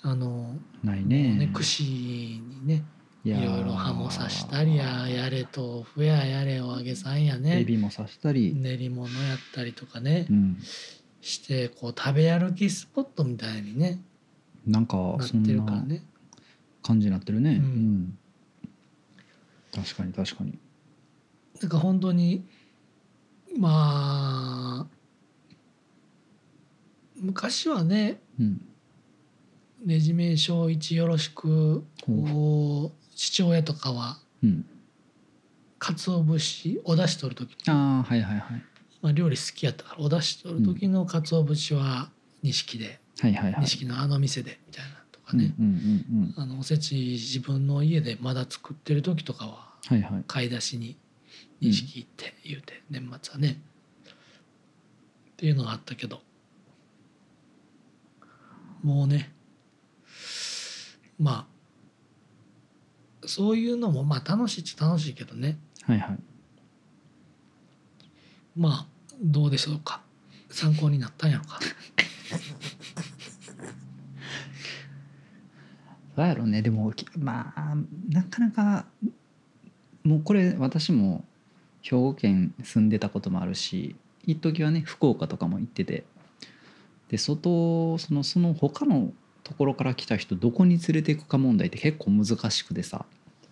Speaker 2: あの
Speaker 1: ない
Speaker 2: もう
Speaker 1: ね
Speaker 2: ね。串にね
Speaker 1: い
Speaker 2: い
Speaker 1: やー
Speaker 2: ろいろ刃も刺したりややれ豆腐ややれお揚げさんや
Speaker 1: エ
Speaker 2: ね
Speaker 1: ビも刺したり。
Speaker 2: 練り物やったりとかね
Speaker 1: うん。
Speaker 2: してこう食べ歩きスポットみたいにね
Speaker 1: なんか
Speaker 2: なっ
Speaker 1: そん
Speaker 2: てるから
Speaker 1: な
Speaker 2: ね
Speaker 1: 感じになってるね。
Speaker 2: うん
Speaker 1: うん。確かに確かに。
Speaker 2: なんか本当にまあ昔はね
Speaker 1: うん。
Speaker 2: ねじめ小一よろしく
Speaker 1: ほう
Speaker 2: こう父親とかは
Speaker 1: うん。
Speaker 2: 鰹節お出汁取る時
Speaker 1: ああはいはいはい。
Speaker 2: まあ、料理好きやったからお出汁取る時の鰹節は錦で
Speaker 1: はいはいはい。
Speaker 2: 錦のあの店でみたいなとか
Speaker 1: うんうん
Speaker 2: ね、
Speaker 1: うんうん。
Speaker 2: あのおせち自分の家でまだ作ってる時とかは
Speaker 1: はいはい。
Speaker 2: 買い出しに錦行って言うて年末はねっていうのがあったけどもうねまあそういうのもまあ楽しいっちゃ楽しいけどね
Speaker 1: はいはい。
Speaker 2: まあどうでしょうか参考になったんや ろか
Speaker 1: どうやろうねでもきまあなかなかもうこれ私も兵庫県住んでたこともあるし一時はね福岡とかも行っててで外そのその他のところから来た人どこに連れていくか問題って結構難しくてさ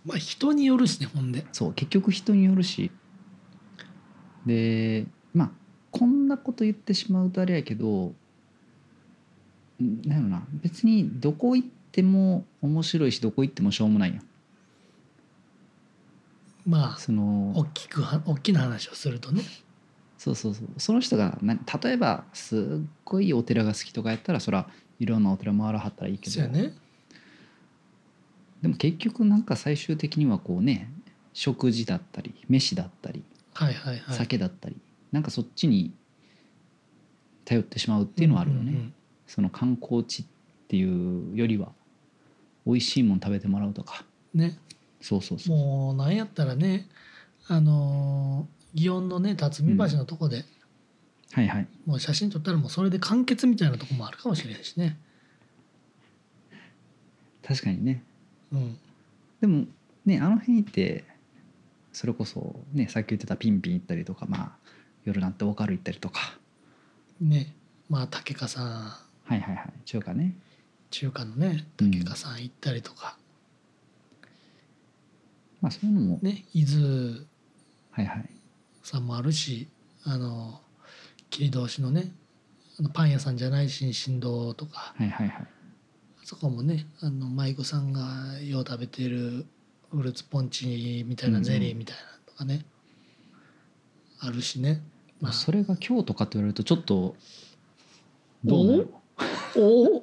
Speaker 2: まあ人によるしねほんで
Speaker 1: そう結局人によるしでまあこんなこと言ってしまうとあれやけどんなんやろな別にどこ行っても面白いしどこ行ってもしょうもないやん
Speaker 2: まあ
Speaker 1: そ
Speaker 2: 大
Speaker 1: の
Speaker 2: きくは大きな話をするとね
Speaker 1: そうそうそうその人がな例えばすっごいお寺が好きとかやったらそらいろんなお寺回らはったらいいけ
Speaker 2: そう
Speaker 1: ど、
Speaker 2: やね
Speaker 1: でも結局なんか最終的にはこうね食事だったり飯だったり
Speaker 2: はいはいはい
Speaker 1: 酒だったり、なんかそっちに頼ってしまうっていうのはあるよね、
Speaker 2: うんうん
Speaker 1: その観光地っていうよりは美味しいもん食べてもらうとか
Speaker 2: うんね
Speaker 1: そうそうそう
Speaker 2: もうなんやったらねあのー祇園のね辰巳橋のとこで、
Speaker 1: はいはい
Speaker 2: もう写真撮ったらもうそれで完結みたいなとこもあるかもしれんしね
Speaker 1: 確かにね
Speaker 2: うん
Speaker 1: でもねあの辺行ってそれこそねさっき言ってたピンピン行ったりとかまあ夜なってオカル行ったりとか
Speaker 2: ねまあ竹花さん
Speaker 1: はいはいはい中華ね
Speaker 2: 中華のね
Speaker 1: うん
Speaker 2: 竹花さん行ったりとか、
Speaker 1: まあそういうのも、
Speaker 2: ね伊豆
Speaker 1: はいはい
Speaker 2: さんもあるしあの切通しのねあのパン屋さんじゃないし新堂とか
Speaker 1: はいはいはい
Speaker 2: あそこもねあの舞妓さんがよう食べてるフルーツポンチみたいなゼリーみたいなのとかね、あるしね、まあ、
Speaker 1: それが今日とかって言われるとちょっとどうなの
Speaker 2: おお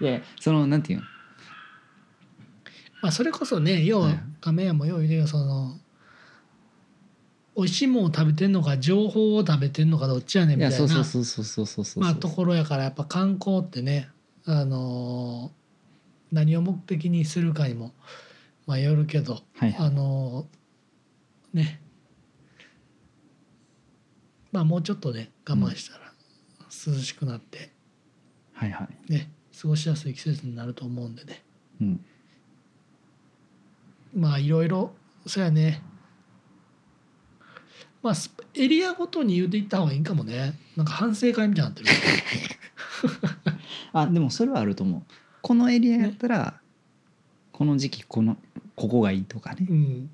Speaker 1: いやそのなんていうの
Speaker 2: まあそれこそねよう
Speaker 1: はい
Speaker 2: 亀屋もよう言うけどその美味しいもんを食べてんのか情報を食べてんのかどっちやねん
Speaker 1: い
Speaker 2: みた
Speaker 1: や
Speaker 2: いな
Speaker 1: そうそうそうそうそうそうそう
Speaker 2: まあところやからやっぱ観光ってねあのー何を目的にするかにもまあよるけど
Speaker 1: はいはい
Speaker 2: あのーねまあもうちょっとね我慢したら涼しくなって
Speaker 1: はいはい
Speaker 2: ね過ごしやすい季節になると思うんでね
Speaker 1: うん
Speaker 2: まあいろいろそうやねまあスエリアごとに言うていった方がいいんかもねなんか反省会みたいになってる
Speaker 1: あでもそれはあると思うこのエリアやったら、この時期このここがいいとかね、
Speaker 2: うん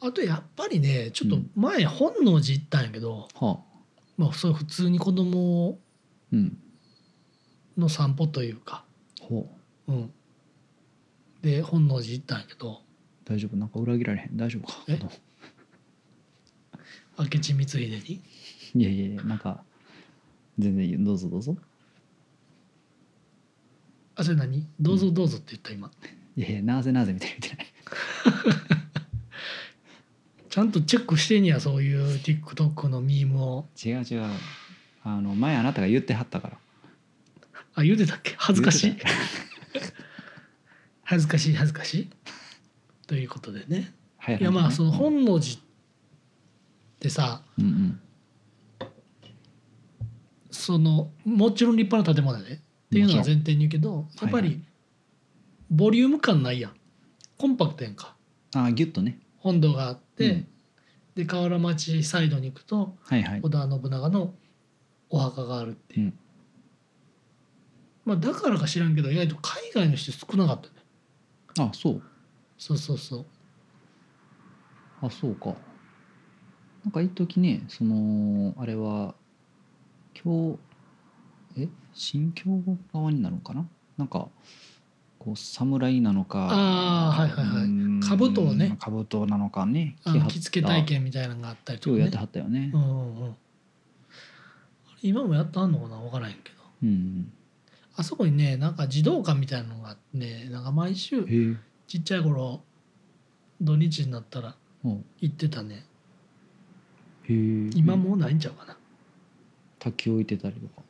Speaker 2: あとやっぱりねちょっと
Speaker 1: うん
Speaker 2: 前本能寺行ったんやけど、
Speaker 1: はあ
Speaker 2: まあそう普通に子供
Speaker 1: うん
Speaker 2: の散歩というか
Speaker 1: ほう
Speaker 2: うんで本能寺行ったんやけど
Speaker 1: 大丈夫なんか裏切られへん大丈夫か
Speaker 2: え明智光秀に
Speaker 1: いやいやいやなんか全然いいよどうぞどうぞ
Speaker 2: 「あそれ何どうぞどうぞ」って言った今、
Speaker 1: いやいやなぜなぜみたいな言ってない
Speaker 2: ちゃんとチェックしてんねやそういう TikTok のミームを
Speaker 1: 違う違うあの前あなたが言ってはったから
Speaker 2: あ言うてたっけ恥ずかし
Speaker 1: 言
Speaker 2: い
Speaker 1: ってたから
Speaker 2: 恥ずかしい恥ずかしいということでね
Speaker 1: 早く
Speaker 2: い
Speaker 1: ね
Speaker 2: やまあその本能寺ってさ
Speaker 1: うんうん
Speaker 2: そのもちろん立派な建物だねっていうのは前提に言うけどやっぱ
Speaker 1: はいは
Speaker 2: りボリューム感ないやんコンパクトやんか
Speaker 1: あギュッとね
Speaker 2: 本堂があって、
Speaker 1: うん
Speaker 2: で河原町サイドに行くと
Speaker 1: はいはい
Speaker 2: 織田信長のお墓があるっていう、
Speaker 1: うん
Speaker 2: まあだからか知らんけど意外と海外の人少なかった
Speaker 1: あ
Speaker 2: ね
Speaker 1: そう
Speaker 2: そうそうそう
Speaker 1: あそうかなんか一時ねそのあれは教え新教側になるのかななんかこう侍なのか
Speaker 2: あーはいはいはいう
Speaker 1: ーん
Speaker 2: 兜をね
Speaker 1: 兜なのかね
Speaker 2: あの
Speaker 1: はった
Speaker 2: 着付け体験みたいなのがあったりと
Speaker 1: よ
Speaker 2: か、
Speaker 1: う
Speaker 2: ね、
Speaker 1: やってはったよね
Speaker 2: うんうんうん、今もやってあんのかな分からへんけど
Speaker 1: うん、
Speaker 2: あそこにねなんか児童館みたいなのがあってねなんか毎週
Speaker 1: へえ
Speaker 2: ちっちゃい頃土日になったら
Speaker 1: あ
Speaker 2: 行ってたね
Speaker 1: へえ
Speaker 2: 今もうないんちゃうかな
Speaker 1: 滝置いてたりとか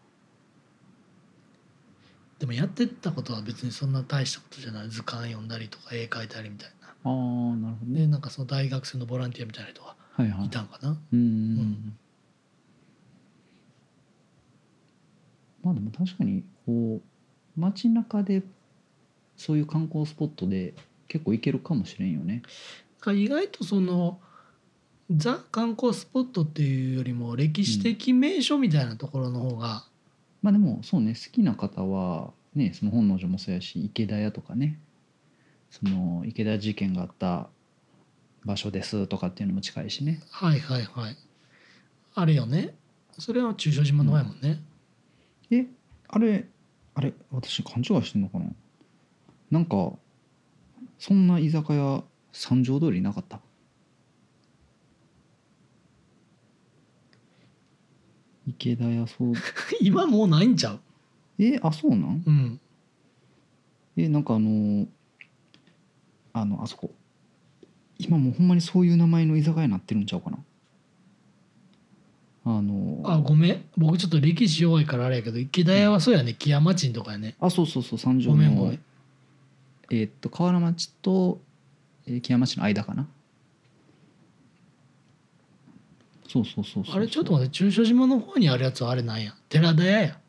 Speaker 2: でもやってたことは別にそんな大したことじゃない図鑑読んだりとか絵描いたりみたいな
Speaker 1: ああなるほどね
Speaker 2: でなんかその大学生のボランティアみたいな人が
Speaker 1: はいはい
Speaker 2: いたんかな
Speaker 1: うんうんう
Speaker 2: うんん
Speaker 1: まあでも確かにこう街中でそういう観光スポットで結構行けるかもしれんよね。
Speaker 2: だから意外とそのザ観光スポットっていうよりも歴史的名所みたいなところの方が、
Speaker 1: まあでもそうね好きな方はねその本能寺もそうやし池田屋とかねその池田事件があった場所ですとかっていうのも近いしね
Speaker 2: はいはいはいあれよねそれは中小島の前もん ね、
Speaker 1: えあれあれ私勘違いしてんのかななんかそんな居酒屋三条通りなかった池田屋そう
Speaker 2: 今もうないんちゃう
Speaker 1: えあそうなん
Speaker 2: うん
Speaker 1: えなんかあのあのあそこ今もうほんまにそういう名前の居酒屋になってるんちゃうかなあの
Speaker 2: あごめん僕ちょっと歴史弱いからあれやけど池田屋はそうやね木屋町んとかやね
Speaker 1: あそうそうそう三条
Speaker 2: ごめんご
Speaker 1: の
Speaker 2: めん
Speaker 1: えーっと河原町とえー木屋町の間かなそうそうそうそう
Speaker 2: あれちょっと待って中小島の方にあるやつはあれなんや寺田屋 や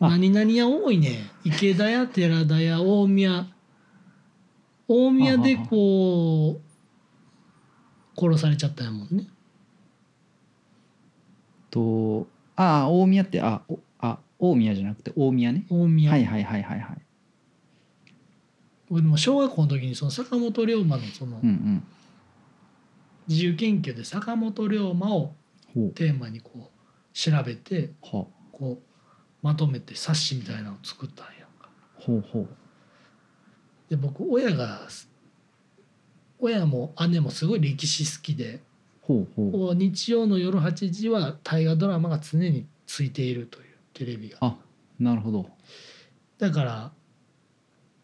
Speaker 1: あ
Speaker 2: 何々屋多いね池田屋寺田屋大宮大宮でこう殺されちゃったやもんね
Speaker 1: とああ大宮ってあおあ大宮じゃなくて大宮ね
Speaker 2: 大宮、
Speaker 1: はいはいはいはいはい
Speaker 2: 俺でも小学校の時にその坂本龍馬のその
Speaker 1: うんうん
Speaker 2: 自由研究で坂本龍馬を
Speaker 1: ほ
Speaker 2: テーマにこう調べて
Speaker 1: うは
Speaker 2: こうまとめて冊子みたいなのを作ったんやんか
Speaker 1: ほうほう
Speaker 2: で僕親が親も姉もすごい歴史好きで
Speaker 1: ほうほう
Speaker 2: こう日曜の夜8時は大河ドラマが常についているというテレビが
Speaker 1: あなるほど
Speaker 2: だから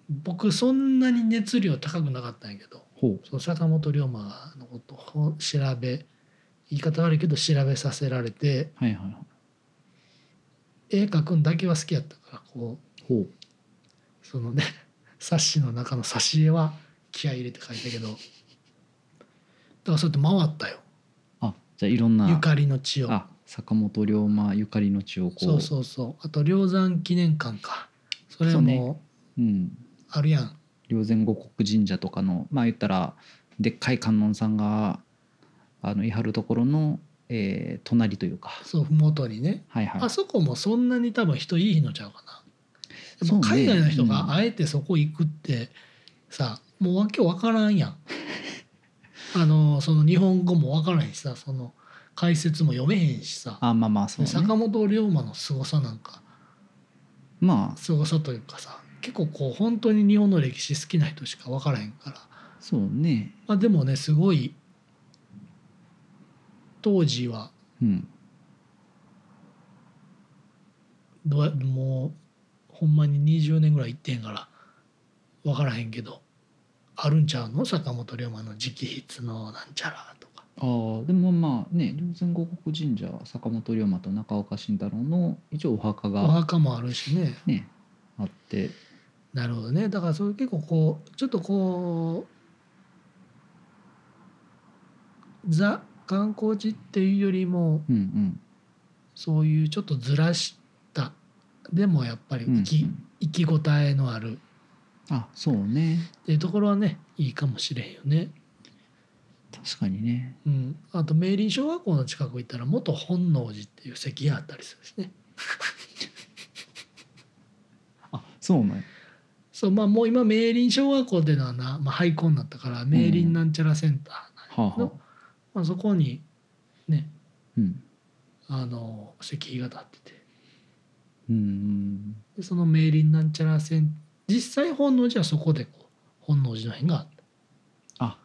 Speaker 2: 僕そんなに熱量高くなかったんやけど
Speaker 1: ほう
Speaker 2: その坂本龍馬のことを調べ言い方悪いけど調べさせられて
Speaker 1: はいはいはい
Speaker 2: 絵描くんだけは好きやったからこ
Speaker 1: ほう
Speaker 2: うそのね 冊子の中の挿絵は気合い入れて描いたけどだからそうやって回ったよ
Speaker 1: あじゃあいろんな
Speaker 2: ゆかりの地を
Speaker 1: あ坂本龍馬ゆかりの地をこう
Speaker 2: そうそうそうあと鷹山記念館かそれ
Speaker 1: そう
Speaker 2: も
Speaker 1: ねうん
Speaker 2: あるやん
Speaker 1: 霊山護国神社とかのまあ言ったらでっかい観音さんがあのいはるところの、えー隣というか
Speaker 2: そう麓にね
Speaker 1: はいはい
Speaker 2: あそこもそんなに多分人いい日のちゃうかな
Speaker 1: そう
Speaker 2: やっ
Speaker 1: ね
Speaker 2: ぱ海外の人
Speaker 1: うん
Speaker 2: があえてそこ行くってさもうわけわからんや んあのその日本語もわからへんしさその解説も読めへんしさ、
Speaker 1: あまあまあそうね
Speaker 2: 坂本龍馬の凄さなんか
Speaker 1: ま
Speaker 2: 凄さというかさ結構こう本当に日本の歴史好きな人しかわからへんから
Speaker 1: あそうね
Speaker 2: まあでもねすごい当時は
Speaker 1: うん
Speaker 2: どうやもうほんまに20年ぐらい行ってへんから分からへんけどあるんちゃうの坂本龍馬の直筆のなんちゃらとか
Speaker 1: あーでもまあね霊山護国神社坂本龍馬と中岡慎太郎の一応お墓
Speaker 2: お
Speaker 1: が
Speaker 2: 墓もあるしね
Speaker 1: ねあって
Speaker 2: なるほどねだからそれ結構こうちょっとこうザ観光地っていうよりも
Speaker 1: うんうん
Speaker 2: そういうちょっとずらしたでもやっぱり
Speaker 1: うんう
Speaker 2: 生き,、
Speaker 1: ん
Speaker 2: 生き応えのある
Speaker 1: あそうね
Speaker 2: っていうところはねいいかもしれへんよね。
Speaker 1: 確かにね
Speaker 2: うん、あと明倫小学校の近く行ったら元本能寺っていう石があったりするしね
Speaker 1: あそうね
Speaker 2: そうまあもう今明倫小学校っていうのはな、まあ、廃校になったから明倫なんちゃらセンター、
Speaker 1: はあはあ
Speaker 2: のまあ、そこにね
Speaker 1: うん
Speaker 2: あの石碑が立ってて
Speaker 1: うん
Speaker 2: でその明倫なんちゃらセン実際本能寺はそこでこう本能寺の辺があっ
Speaker 1: あ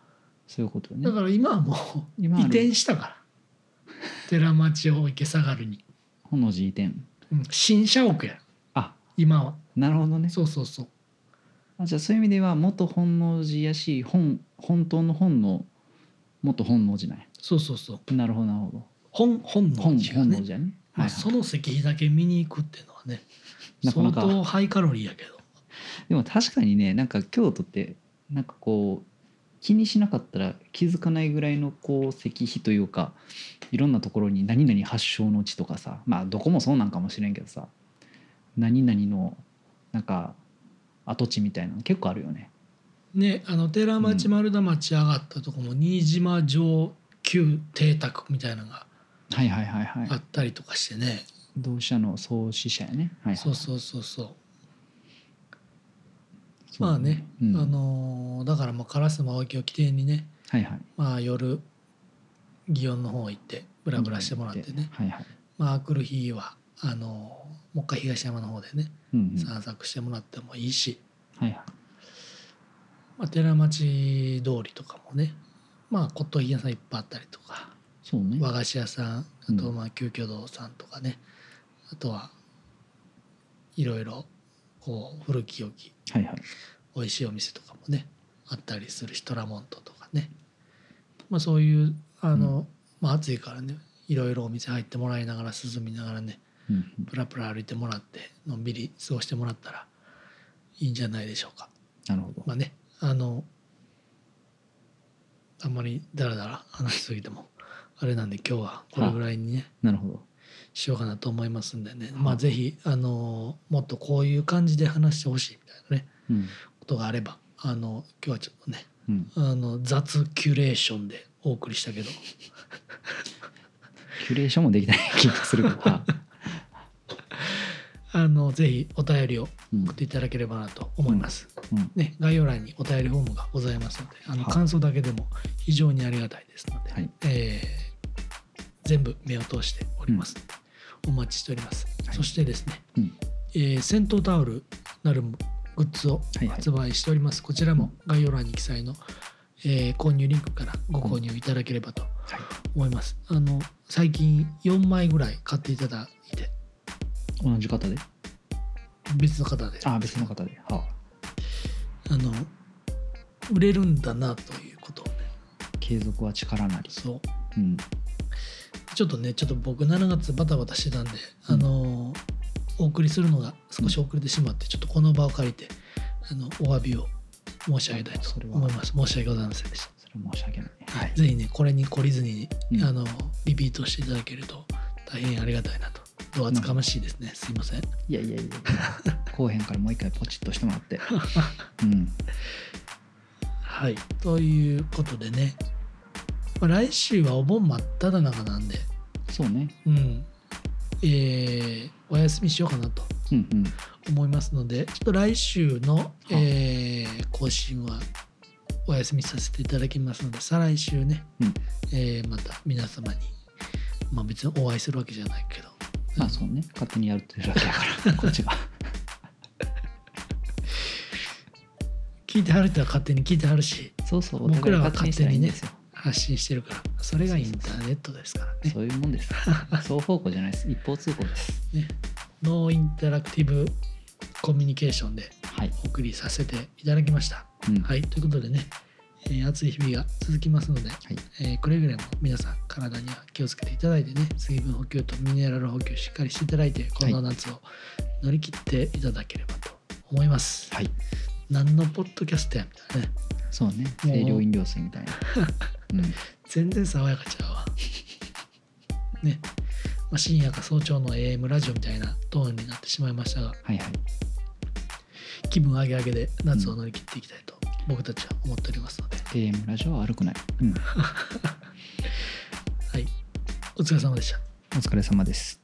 Speaker 1: そういうこと
Speaker 2: た
Speaker 1: ね
Speaker 2: だから今はも
Speaker 1: 今あ
Speaker 2: う
Speaker 1: る
Speaker 2: 移転したから寺町を池下がるに、
Speaker 1: 本能寺移転
Speaker 2: うん、新社屋や
Speaker 1: あ
Speaker 2: 今は
Speaker 1: なるほどね
Speaker 2: そうそうそう
Speaker 1: あじゃあそういう意味では元本能寺やし本本当の本の元本能寺なんや
Speaker 2: そうそうそう
Speaker 1: なるほどなるほ
Speaker 2: 本本
Speaker 1: ど本
Speaker 2: 能寺が
Speaker 1: 本
Speaker 2: ね
Speaker 1: 能寺やねは
Speaker 2: まあ、
Speaker 1: い、
Speaker 2: そ
Speaker 1: は
Speaker 2: の石碑だけ見に行くっていうのはね
Speaker 1: い、なかなか
Speaker 2: 相当ハイカロリーやけど
Speaker 1: でも確かにねなんか京都ってなんかこう気にしなかったら気づかないぐらいのこう石碑というかいろんなところに何々発祥の地とかさまあどこもそうなんかもしれんけどさ何々のなんか跡地みたいなの結構あるよね。
Speaker 2: ねあの寺町
Speaker 1: うん
Speaker 2: 丸太町上がったとこも新島城旧邸宅みたいなのが
Speaker 1: はいはいはいはい
Speaker 2: あ。ったりとかしてね、
Speaker 1: 同志社の創始者やね。はいはい、
Speaker 2: そうそうそうそう
Speaker 1: そう
Speaker 2: まあね、
Speaker 1: うん
Speaker 2: あのーだからまあ烏丸沖を起点にね、
Speaker 1: はいはい。
Speaker 2: まあ、夜祇園の方行ってブラブラしてもらってね、
Speaker 1: はいはい。
Speaker 2: まあ来る日はあのーもう一回東山の方でね
Speaker 1: うんうん、はい
Speaker 2: 散策してもらってもいいし、
Speaker 1: はい。
Speaker 2: まあ、寺町通りとかもねまあ骨董品屋さんいっぱいあったりとか
Speaker 1: そうね。
Speaker 2: 和菓子屋さんあと
Speaker 1: うん
Speaker 2: まあ旧居堂さんとかね、あとはいろいろこう古き良き
Speaker 1: はいはい。
Speaker 2: 美味しいお店とかもねあったりするシトラモントとかね、まあ、そういうあの、まあ、暑いからねいろいろお店入ってもらいながら涼みながらね
Speaker 1: うんうん
Speaker 2: プラプラ歩いてもらってのんびり過ごしてもらったらいいんじゃないでしょうか。
Speaker 1: なるほど
Speaker 2: まあねあのあんまりダラダラ話しすぎてもあれなんで今日はこれぐらいにね
Speaker 1: なるほど
Speaker 2: しようかなと思いますんでね、
Speaker 1: はい
Speaker 2: まあ、ぜひあのもっとこういう感じで話してほしいみたいなね
Speaker 1: うん
Speaker 2: ことがあればあの今日はちょっとね
Speaker 1: うん
Speaker 2: あの雑キュレーションでお送りしたけど
Speaker 1: キュレーションもできない気がするから、
Speaker 2: あのぜひお便りを
Speaker 1: うん
Speaker 2: 送っていただければなと思います、
Speaker 1: うん
Speaker 2: ね、概要欄にお便りフォームがございますのであの
Speaker 1: はい
Speaker 2: 感想だけでも非常にありがたいですので、
Speaker 1: はい
Speaker 2: えー全部目を通しております、お待ちしております、
Speaker 1: はい
Speaker 2: そしてですね、
Speaker 1: うん
Speaker 2: えー戦闘タオルなるグッズを
Speaker 1: はいはい
Speaker 2: 発売しております、こちらも概要欄に記載の、えー購入リンクからご購入いただければと
Speaker 1: はい、
Speaker 2: 思います、あの最近4枚ぐらい買っていただいて
Speaker 1: 同じ方で
Speaker 2: 別の方で
Speaker 1: あ
Speaker 2: あ
Speaker 1: あ別の方では
Speaker 2: の売れるんだなということをね
Speaker 1: あ継続は力なり
Speaker 2: そ
Speaker 1: う
Speaker 2: う
Speaker 1: ん
Speaker 2: ちょっとねちょっと僕7月バタバタしてたんで、
Speaker 1: うん
Speaker 2: あのお送りするのが少し遅れてしまって、ちょっとこの場を借りてあのお詫びを申し上げたいと
Speaker 1: それは
Speaker 2: 思います申し訳ございませんでした、
Speaker 1: それは申し訳ないはい
Speaker 2: ぜひねこれに懲りずに、
Speaker 1: うん
Speaker 2: あのリピートしていただけると大変ありがたいなとどう厚かましいですね、すいません
Speaker 1: いやいやいやいや後編からもう一回ポチッとしてもらってうん
Speaker 2: はいということでね、まあ、来週はお盆真っ只中なんで
Speaker 1: そうね
Speaker 2: うんえーお休みしようかなと
Speaker 1: うんうん
Speaker 2: 思いますのでちょっと来週の、えー更新はお休みさせていただきますので再来週ね、
Speaker 1: うん
Speaker 2: えーまた皆様に、まあ、別にお会いするわけじゃないけど
Speaker 1: まあそうね勝手にやるってるだけだからこっちが
Speaker 2: 聞いてはる人は勝手に聞いてはるし
Speaker 1: そうそうお
Speaker 2: 僕
Speaker 1: 互
Speaker 2: ら
Speaker 1: い
Speaker 2: は
Speaker 1: 勝手にしたらいいんですよ、
Speaker 2: 発信してるからそれがインターネットですからね
Speaker 1: そういうもんです双方向じゃないです一方通行です
Speaker 2: ね ノーインタラクティブコミュニケーションで
Speaker 1: はい、
Speaker 2: お送りさせていただきました。
Speaker 1: うん
Speaker 2: はい、ということでね、えー暑い日々が続きますので、
Speaker 1: はい
Speaker 2: えーくれぐれも皆さん体には気をつけていただいてね水分補給とミネラル補給しっかりしていただいてこの夏を乗り切っていただければと思います、
Speaker 1: はい、
Speaker 2: 何のポッドキャストやみたいなね
Speaker 1: そうね
Speaker 2: もう
Speaker 1: 清涼飲料水みたいなうん
Speaker 2: 全然爽やかちゃうわ ね、まあ、深夜か早朝の AM ラジオみたいなトーンになってしまいましたが
Speaker 1: はいはい
Speaker 2: 気分上げ上げで夏を乗り切っていきたいと僕たちは思っておりますので、
Speaker 1: AM ラジオは悪くない、うん、
Speaker 2: はいお疲れ様でした
Speaker 1: お疲れ様です